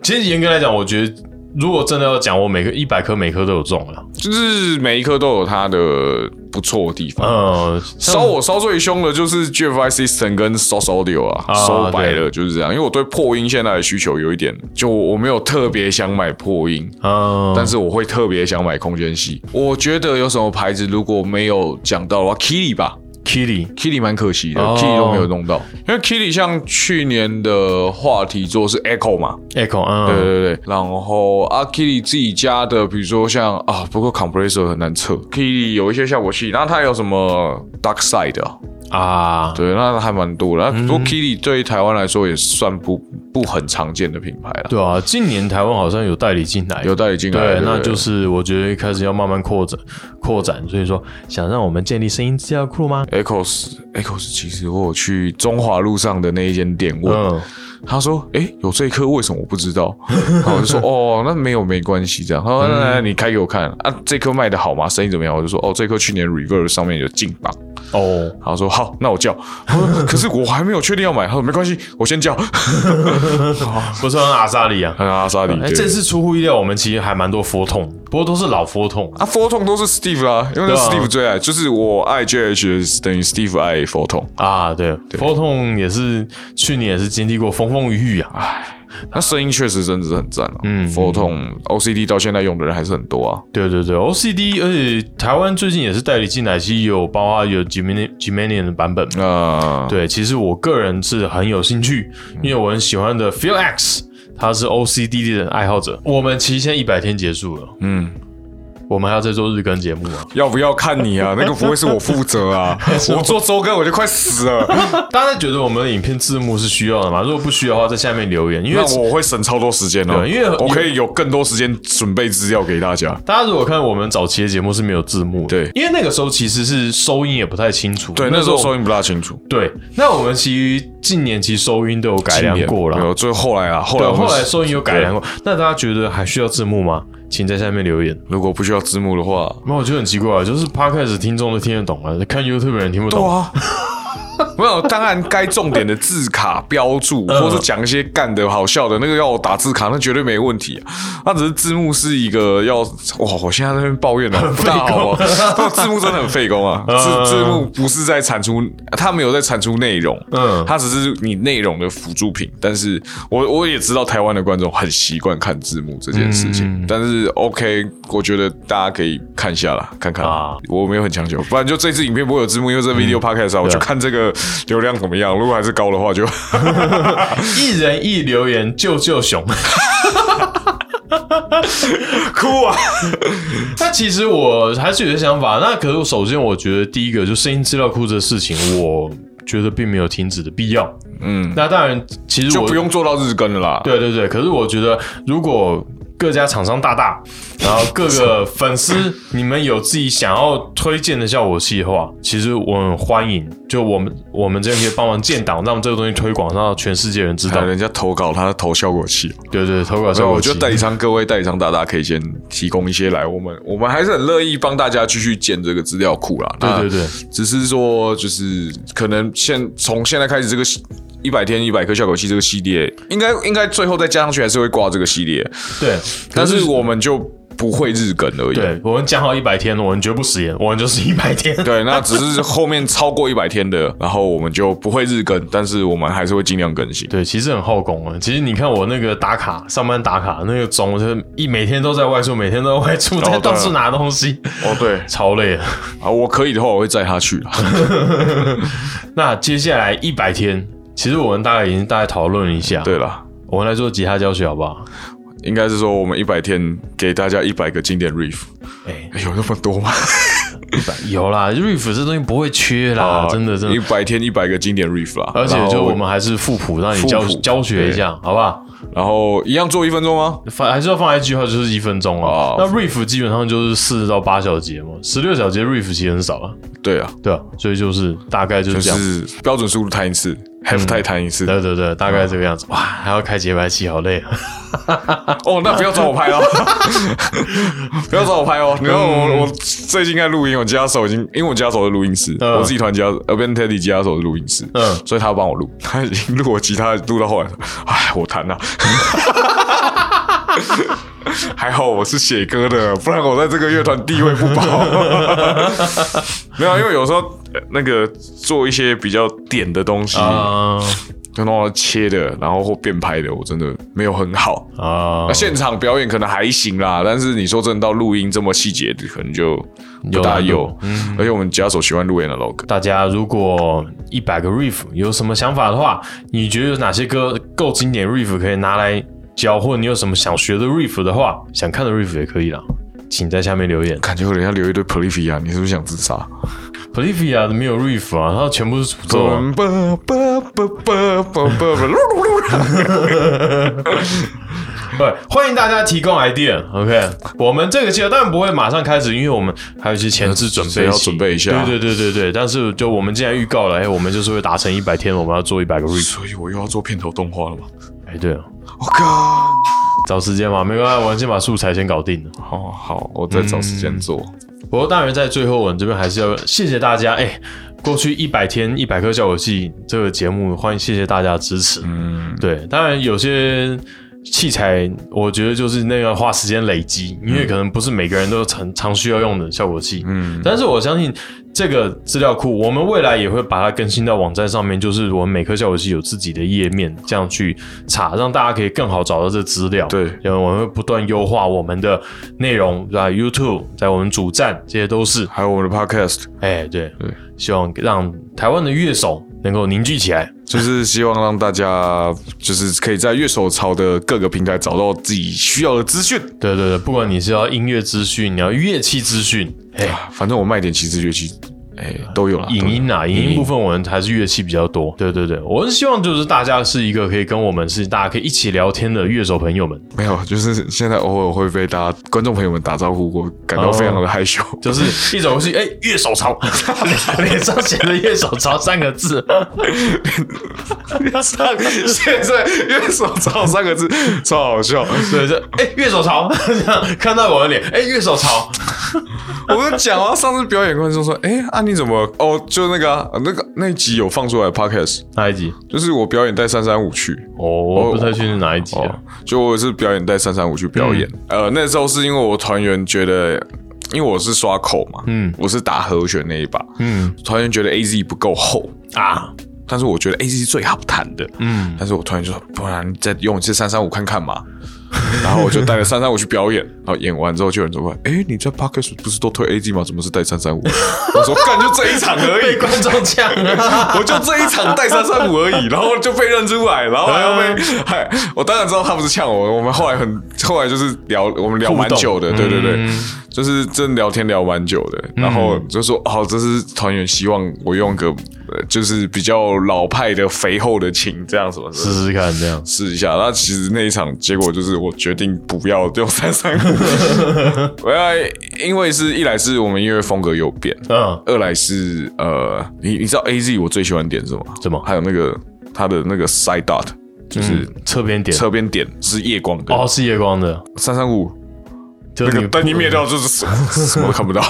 S2: 其实严格来讲，我觉得如果真的要讲，我每个一百颗每颗都有中啊了。
S3: 就是每一颗都有它的不错的地方。
S2: 呃，像
S3: 烧我烧最凶的就是 GFI System 跟 s o s o d i o 啊，
S2: 啊
S3: 收白了就是这样。因为我对破音现在的需求有一点，就我没有特别想买破音，
S2: 呃，
S3: 但是我会特别想买空间系。我觉得有什么牌子如果没有讲到的话，Kitty 吧
S2: Kitty，
S3: ，Kitty 蛮可惜的、
S2: 哦
S3: k i t t y 都没有弄到。因为 Kitty 像去年的话题做是 Echo 嘛，
S2: Echo，
S3: 对
S2: 嗯，
S3: 对对。然后啊，Kitty 自己家的，比如说像啊，不过 compressor 很难测，Kitty 有一些效果器，然后它有什么 Dark Side 啊，
S2: 啊，
S3: 对，那还蛮多的。那不过
S2: 嗯
S3: Kitty 对于台湾来说也算不不很常见的品牌了。
S2: 对啊，近年台湾好像有代理进来，
S3: 有代理进来，
S2: 对，
S3: 对
S2: 那
S3: 对
S2: 就是我觉得开始要慢慢扩展扩展，所以说想让我们建立声音资料库吗？
S3: Echoes Echoes，其实我有去中华路上的那一间店问，
S2: 嗯，
S3: 他说：“诶，有这一颗，为什么我不知道？” <laughs> 然后我就说：“哦，那没有没关系。”这样，他
S2: 嗯
S3: 说：“那、那你开给我看啊，这颗卖的好吗？生意怎么样？”我就说：“哦，这颗去年 Reverse 上面有进榜。”
S2: 哦，
S3: 然后说：“好，那我叫。”他说：“可是我还没有确定要买。”他说：“没关系，我先叫。
S2: 不是很阿萨里 <laughs> 啊”。
S3: 很阿莎里，
S2: 哎，
S3: 对
S2: 这次出乎意料，我们其实还蛮多佛痛，不过都是老佛痛。
S3: 啊，Photon 都是 Steve 啦，因为那
S2: 对啊
S3: Steve 最爱，就是我爱 JH 等于 Steve 爱 Photon。
S2: 啊，对，佛痛也是去年也是经历过风风雨雨啊，
S3: 他声音确实真的是很赞啊。
S2: 嗯
S3: 嗯，Photon OCD 到现在用的人还是很多啊。
S2: 对对对，OCD，而且台湾最近也是代理进来，其实也有包括有 Gemini Gemini 的版本，
S3: 那
S2: 对，其实我个人是很有兴趣，因为我很喜欢的 Phil X，他是 OCD 的爱好者。我们期限一百天结束了，
S3: 嗯，
S2: 我们还要再做日更节目啊！
S3: 要不要看你
S2: <laughs>
S3: 啊？那个不会是我负责啊！我做周更我就快死了，
S2: 大家觉得我们的影片字幕是需要的吗？如果不需要的话，在下面留言， <laughs> 因为
S3: 那。我会省超多时间哦，
S2: 对因为
S3: 我可以有更多时间准备资料给大家。
S2: 大家如果看我们早期的节目是没有字幕的，
S3: 对
S2: 因为那个时候其实是收音也不太清楚，
S3: 对，那时候
S2: 音。
S3: 收音不大清楚，
S2: 对，那我们其实近年其实收音都有改良过
S3: 没
S2: 了，
S3: 有，最后来啊，后来
S2: 对，
S3: 我们
S2: 后来收音有改良。过。那大家觉得还需要字幕吗？请在下面留言。
S3: 如果不需要字幕的话，
S2: 那我觉得很奇怪，就是 podcast 听众都听得懂啊，看 YouTube 的人听不
S3: 对
S2: 懂。
S3: 啊， <laughs> 没有，当然该重点的字卡标注，
S2: 嗯
S3: 或者讲一些干的好笑的，那个要我打字卡，那绝对没问题啊。那只是字幕是一个要哇，我现在在那边抱怨呢，不大好吧？ <laughs> 那字幕真的很费工啊，
S2: <laughs> 嗯
S3: 字字幕不是在产出，它没有在产出内容，
S2: 嗯
S3: 嗯，它只是你内容的辅助品。但是我我也知道台湾的观众很习惯看字幕这件事情，
S2: 嗯
S3: 但是 OK，我觉得大家可以看一下啦，看看
S2: 啊
S3: 啊，我没有很强求，不然就这次影片不会有字幕，因为这 video podcast 啊，我
S2: 对啊
S3: 就看这个流量怎么样，如果还是高的话就，
S2: <laughs> 一人一留言救救熊。
S3: <laughs> 哭啊！
S2: <laughs> 那其实我还是有些想法。那可是我首先，我觉得第一个就声音资料库这事情，我觉得并没有停止的必要。
S3: 嗯，
S2: 那当然，其实
S3: 就
S2: 我
S3: 不用做到日更了啦。
S2: 对对对，可是我觉得如果各家厂商大
S3: <laughs>
S2: 大，然后各个粉丝，你们有自己想要推荐的效果器的话，其实我很欢迎。就我们我们这边可以帮忙建档，让这个东西推广让全世界人知道
S3: 还有。人家投稿，他投效果器，
S2: 对对，投稿
S3: 所
S2: 效
S3: 以
S2: 果
S3: 我
S2: 器
S3: 觉得代理商各位代理商大大可以先提供一些来，我们我们还是很乐意帮大家继续建这个资料库啦。
S2: 对对对，
S3: 只是说就是可能现从现在开始这个一百天一百颗效果器这个系列，应该应该最后再加上去还是会挂这个系列，
S2: 对，
S3: 但是我们就不会日更而已。
S2: 对我们讲好一百天，我们绝不食 <laughs> 言，我们就是一百天。
S3: 对，那只是后面超过一百天的，然后我们就不会日更，但是我们还是会尽量更新。
S2: 对，其实很耗工啊。其实你看我那个打卡，上班打卡那个钟，我就是一每天都在外出，每天都在外出，在
S3: 对啊
S2: 到处拿东西，
S3: 哦，对
S2: 哦 <laughs> 超累的。
S3: 啊，我可以的话，我会载他去啦。
S2: <laughs>
S3: <laughs>
S2: 那接下来一百天，其实我们大概已经大概讨论了一下，，
S3: 对啦，
S2: 我们来做吉他教学好不好？
S3: 应该是说我们一百天给大家一百个经典 riff，
S2: 哎、
S3: 哎有那么多吗？
S2: 有啦，riff 这东西不会缺啦，真的真
S3: 一
S2: 的。
S3: 百天一百个经典 riff 啦。
S2: 而且
S3: 然后
S2: 就我们还是复谱，让你
S3: 复
S2: 教
S3: 谱
S2: 教学一下，好不好？
S3: 然后一样做一分钟吗？
S2: 反还是要放 IG 的话，就是一分钟啊
S3: 哦。
S2: 那 riff 基本上就是四到八小节嘛，十六小节 riff 其实很少啊，
S3: 对啊，
S2: 对啊，所以就是大概就是
S3: 就
S2: 这样。嗯呃
S3: 是标准速度弹一次，half 太弹一次。
S2: 对对对，大概这个样子。哇，还要开节拍器，好累啊！
S3: 哦，那不要找我拍哦， <laughs> 不要找我拍哦。
S2: 嗯
S3: 你知道我我最近在录音，我吉他手已经，因为我吉他手是录音师，
S2: 嗯
S3: 我自己团吉他，呃，跟 Teddy 吉他手是录音师，
S2: 嗯
S3: 嗯，所以他帮我录， <laughs> 他已经录我吉他录到后来，哎，我弹了、 <laughs> 还好我是写歌的，不然我在这个乐团地位不
S2: <laughs>
S3: 保。没有，因为有时候呃那个做一些比较点的东西，
S2: 啊
S3: 就那种切的，然后或变拍的，我真的没有很好。
S2: <laughs> 啊
S3: 那，现场表演可能还行啦，但是你说真的到录音这么细节，可能就不大
S2: 有
S3: 有嗯
S2: 难度。
S3: 而且我们吉他手喜欢录演的老歌，
S2: 大家如果一百个 riff 有什么想法的话，你觉得有哪些歌够经典 riff 可以拿来教，或者你有什么想学的 riff 的话，想看的 riff 也可以啦，请在下面留言。
S3: 感觉人家留一堆 p o l y p h a 你是不是想自杀？
S2: Polivia 没有 riff 啊，它全部是诅咒啊。
S3: 叭叭叭叭叭叭
S2: 对，欢迎大家提供 idea。OK，我们这个期当然不会马上开始，因为我们还有一些前置准备
S3: 要
S2: 期
S3: 准备一下
S2: 对对对对对，但是就我们既然预告了，哎，我们就是会达成一百天，我们要做一百个 riff。
S3: <laughs> 所以我又要做片头动画了吗？
S2: 哎，对了，
S3: 我靠！
S2: 找时间嘛，没关系，我们先把素材先搞定了。
S3: 好哦好，我再找时间做。
S2: 不过当然，在最后我们这边还是要谢谢大家。哎、过去一百天一百颗效果器这个节目，欢迎谢谢大家的支持。
S3: 嗯，
S2: 对，当然有些器材，我觉得就是那个花时间累积，因为可能不是每个人都常常需要用的效果器。嗯，但是我相信这个资料库，我们未来也会把它更新到网站上面，就是我们每颗效果器有自己的页面，这样去查，让大家可以更好找到这资料。
S3: 对
S2: 因为我们会不断优化我们的内容，在 YouTube，在我们主站，这些都是。
S3: 还有我们的 podcast，
S2: 哎，对，
S3: 对
S2: 希望让台湾的乐手能够凝聚起来。
S3: 就是希望让大家就是可以在乐手潮的各个平台找到自己需要的资讯。
S2: 对对对，不管你是要音乐资讯，你要乐器资讯，哎，
S3: 啊反正我卖点其实乐器，哎，都有了。
S2: 影音啊，影音部分我们还是乐器比较多。对对对，我是希望就是大家是一个可以跟我们是大家可以一起聊天的乐手朋友们，
S3: 没有，就是现在偶尔会被大家观众朋友们打招呼，我感到非常的害羞。 <laughs>
S2: 就是一种是哎乐手潮， <laughs> 脸上写着乐手潮三个 <laughs> 字，
S3: 上现在乐手潮三个字超好笑，
S2: 对，这哎乐手潮， <laughs> 这样看到我的脸，哎乐手潮，
S3: 我跟你讲啊，上次表演观众说，哎、啊你怎么？哦，就那个啊，那个那一集有放出来 podcast，
S2: 哪一集？
S3: 就是我表演带三三五去。
S2: 哦，我不太确定哪一集
S3: 哦
S2: 啊。，
S3: 就我是表演带三三五去表演。
S2: 嗯
S3: 呃，那时候是因为我团员觉得，因为我是刷口嘛，嗯，我是打和弦那一把，
S2: 嗯
S3: 团员觉得 A Z 不够厚，
S2: 啊，
S3: 但是我觉得 A Z 是最好弹的，
S2: 嗯，
S3: 但是我突然就说，不然你再用一次三三五看看嘛。 <laughs> 然后我就带了三三五去表演，然后演完之后就有人就问：“哎，你在 p o d c a s t 不是都推 A G 吗？怎么是带三三五？”我说：“干就这一场
S2: <laughs>
S3: 而
S2: 被
S3: 已，
S2: 观众呛啊！
S3: <laughs> 我就这一场带三三五而已。”然后就被认出来，然后还要被还我当然知道他不是呛我，我们后来很后来就是聊我们聊蛮久的，对对对，就是真聊天聊蛮久的。然后就说：“哦，这是团员希望我用个呃就是比较老派的肥厚的琴，这样什么什么
S2: 试试看这样。
S3: 试一下。那其实那一场结果就是我决定不要用三三五， <laughs> 我要因为是一来是我们音乐风格有变，
S2: 嗯，
S3: 二来是呃，你你知道 A Z 我最喜欢点是什么？
S2: 什么
S3: 还有那个它的那个 side dot，就是
S2: 侧边点
S3: 侧边点是夜光的
S2: 哦，，是夜光的，
S3: 三三五。
S2: 就
S3: 那
S2: 是
S3: 个
S2: 你嗯
S3: 灯一灭掉，就是什
S2: <laughs>
S3: 么 <laughs> 什么都看不到。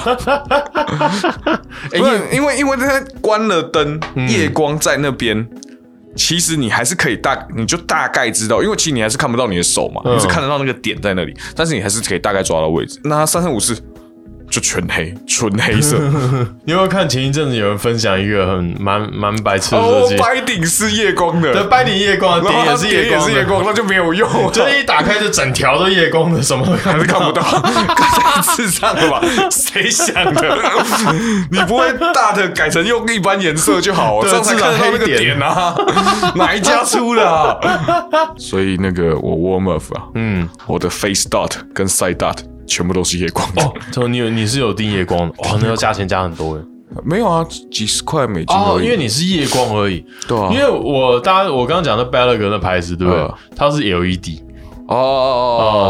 S2: 哎
S3: 因为因为因为它关了灯，
S2: 嗯
S3: 夜光在那边，其实你还是可以大，你就大概知道，因为其实你还是看不到你的手嘛，
S2: 嗯
S3: 你是看得到那个点在那里，但是你还是可以大概抓到位置。那三三五四就全黑，纯
S2: <laughs>
S3: 黑色。
S2: 你有没有看前一阵子有人分享一个很蛮蛮白痴的设
S3: 哦
S2: 计，？
S3: 白顶是夜光的，
S2: 对，白底夜光，
S3: <laughs> 然
S2: 点
S3: 后
S2: 也
S3: 它
S2: 是
S3: 点
S2: 夜
S3: 也
S2: 光
S3: 是
S2: 的，
S3: 夜光，那就没有用啊，
S2: 就是一打开就整条都夜光的，什么都看 <laughs>
S3: 还
S2: 不
S3: 是
S2: 到
S3: 看不到，太智障了吧？谁想的？你不会大的改成用一般颜色就好，
S2: 对
S3: 这样才看得到那个点啊？哪一家出的、啊？所以那个我 warm up 啊，嗯，我的 face dot 跟 side dot 全部都是夜光的。
S2: 哦，就你有你是有定夜光的， <laughs> 哦，那要价钱加很多哎。
S3: 没有啊，几十块美金
S2: 哦，
S3: 而已。
S2: 因为你是夜光而已，
S3: 对啊
S2: 因为我大家我刚刚讲的 b a l a g 的牌子对不对
S3: 嗯？
S2: 它是 LED
S3: 哦哦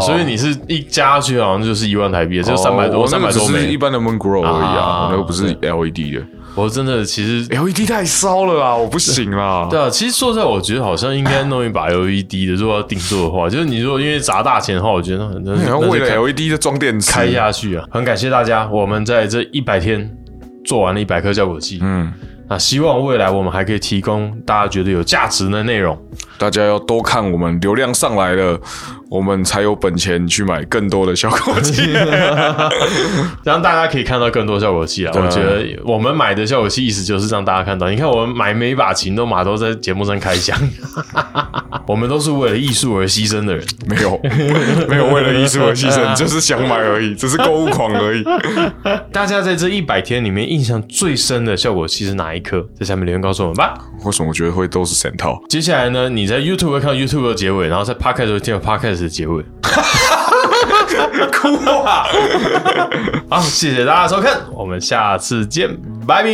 S2: 啊，所以你是一加下去好像就是一万台币，就三百多
S3: 哦我那
S2: 三
S3: 个
S2: 百
S3: 只
S2: 多
S3: 是一
S2: 美。
S3: 般的 Moon Grow 而已啊，
S2: 啊
S3: 我那个不是 LED 的
S2: 我真的其实
S3: ，LED 太烧了啦，我不行啦。
S2: 对啊，其实说实在，我觉得好像应
S3: <laughs>
S2: 该弄一把 LED 的，如果要定做的话，就是你如果因为砸大钱的话，我觉得那那
S3: 你
S2: 那
S3: 要
S2: 就
S3: 嗯为了
S2: 开
S3: LED 的装电池
S2: 开下去啊！很感谢大家，我们在这一百天做完了一百颗效果器。
S3: 嗯，
S2: 那希望未来我们还可以提供大家觉得有价值的内容。
S3: 大家要多看我们流量上来了，我们才有本钱去买更多的效果
S2: <laughs>
S3: 器。
S2: 让大家可以看到更多效果器啊！我觉得我们买的效果器意思就是让大家看到，你看我们买每一把琴都马都在节目上开
S3: <laughs>
S2: 箱，我们都是为了艺术而牺牲的人。
S3: 没有，没有为了艺术而牺牲，就是想买
S2: <laughs>
S3: 而已，只是购物狂而已。
S2: 大家在这一百天里面印象最深的效果器是哪一颗？在下面留言告诉我们吧。
S3: 为什么我觉得会都是神套？
S2: 接下来呢，你在 YouTube 会看到 YouTube 的结尾，然后在 Podcast 会听到 Podcast 的结尾。
S3: <laughs> 哭啊！
S2: <laughs> 好，谢谢大家收看，我们下次见，拜拜。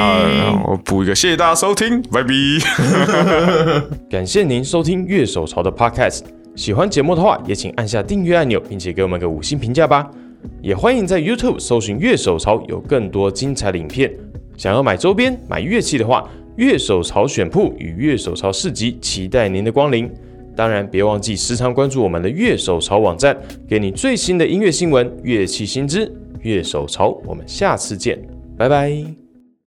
S3: 啊，我补一个，谢谢大家收听，拜拜。
S1: 感谢您收听乐手潮的 Podcast。喜欢节目的话，也请按下订阅按钮，并且给我们个五星评价吧。也欢迎在 YouTube 搜寻“乐手潮”，有更多精彩的影片。想要买周边、买乐器的话，乐手潮选铺与乐手潮市集期待您的光临。当然，别忘记时常关注我们的乐手潮网站，给你最新的音乐新闻、乐器新知。乐手潮，我们下次见，拜拜。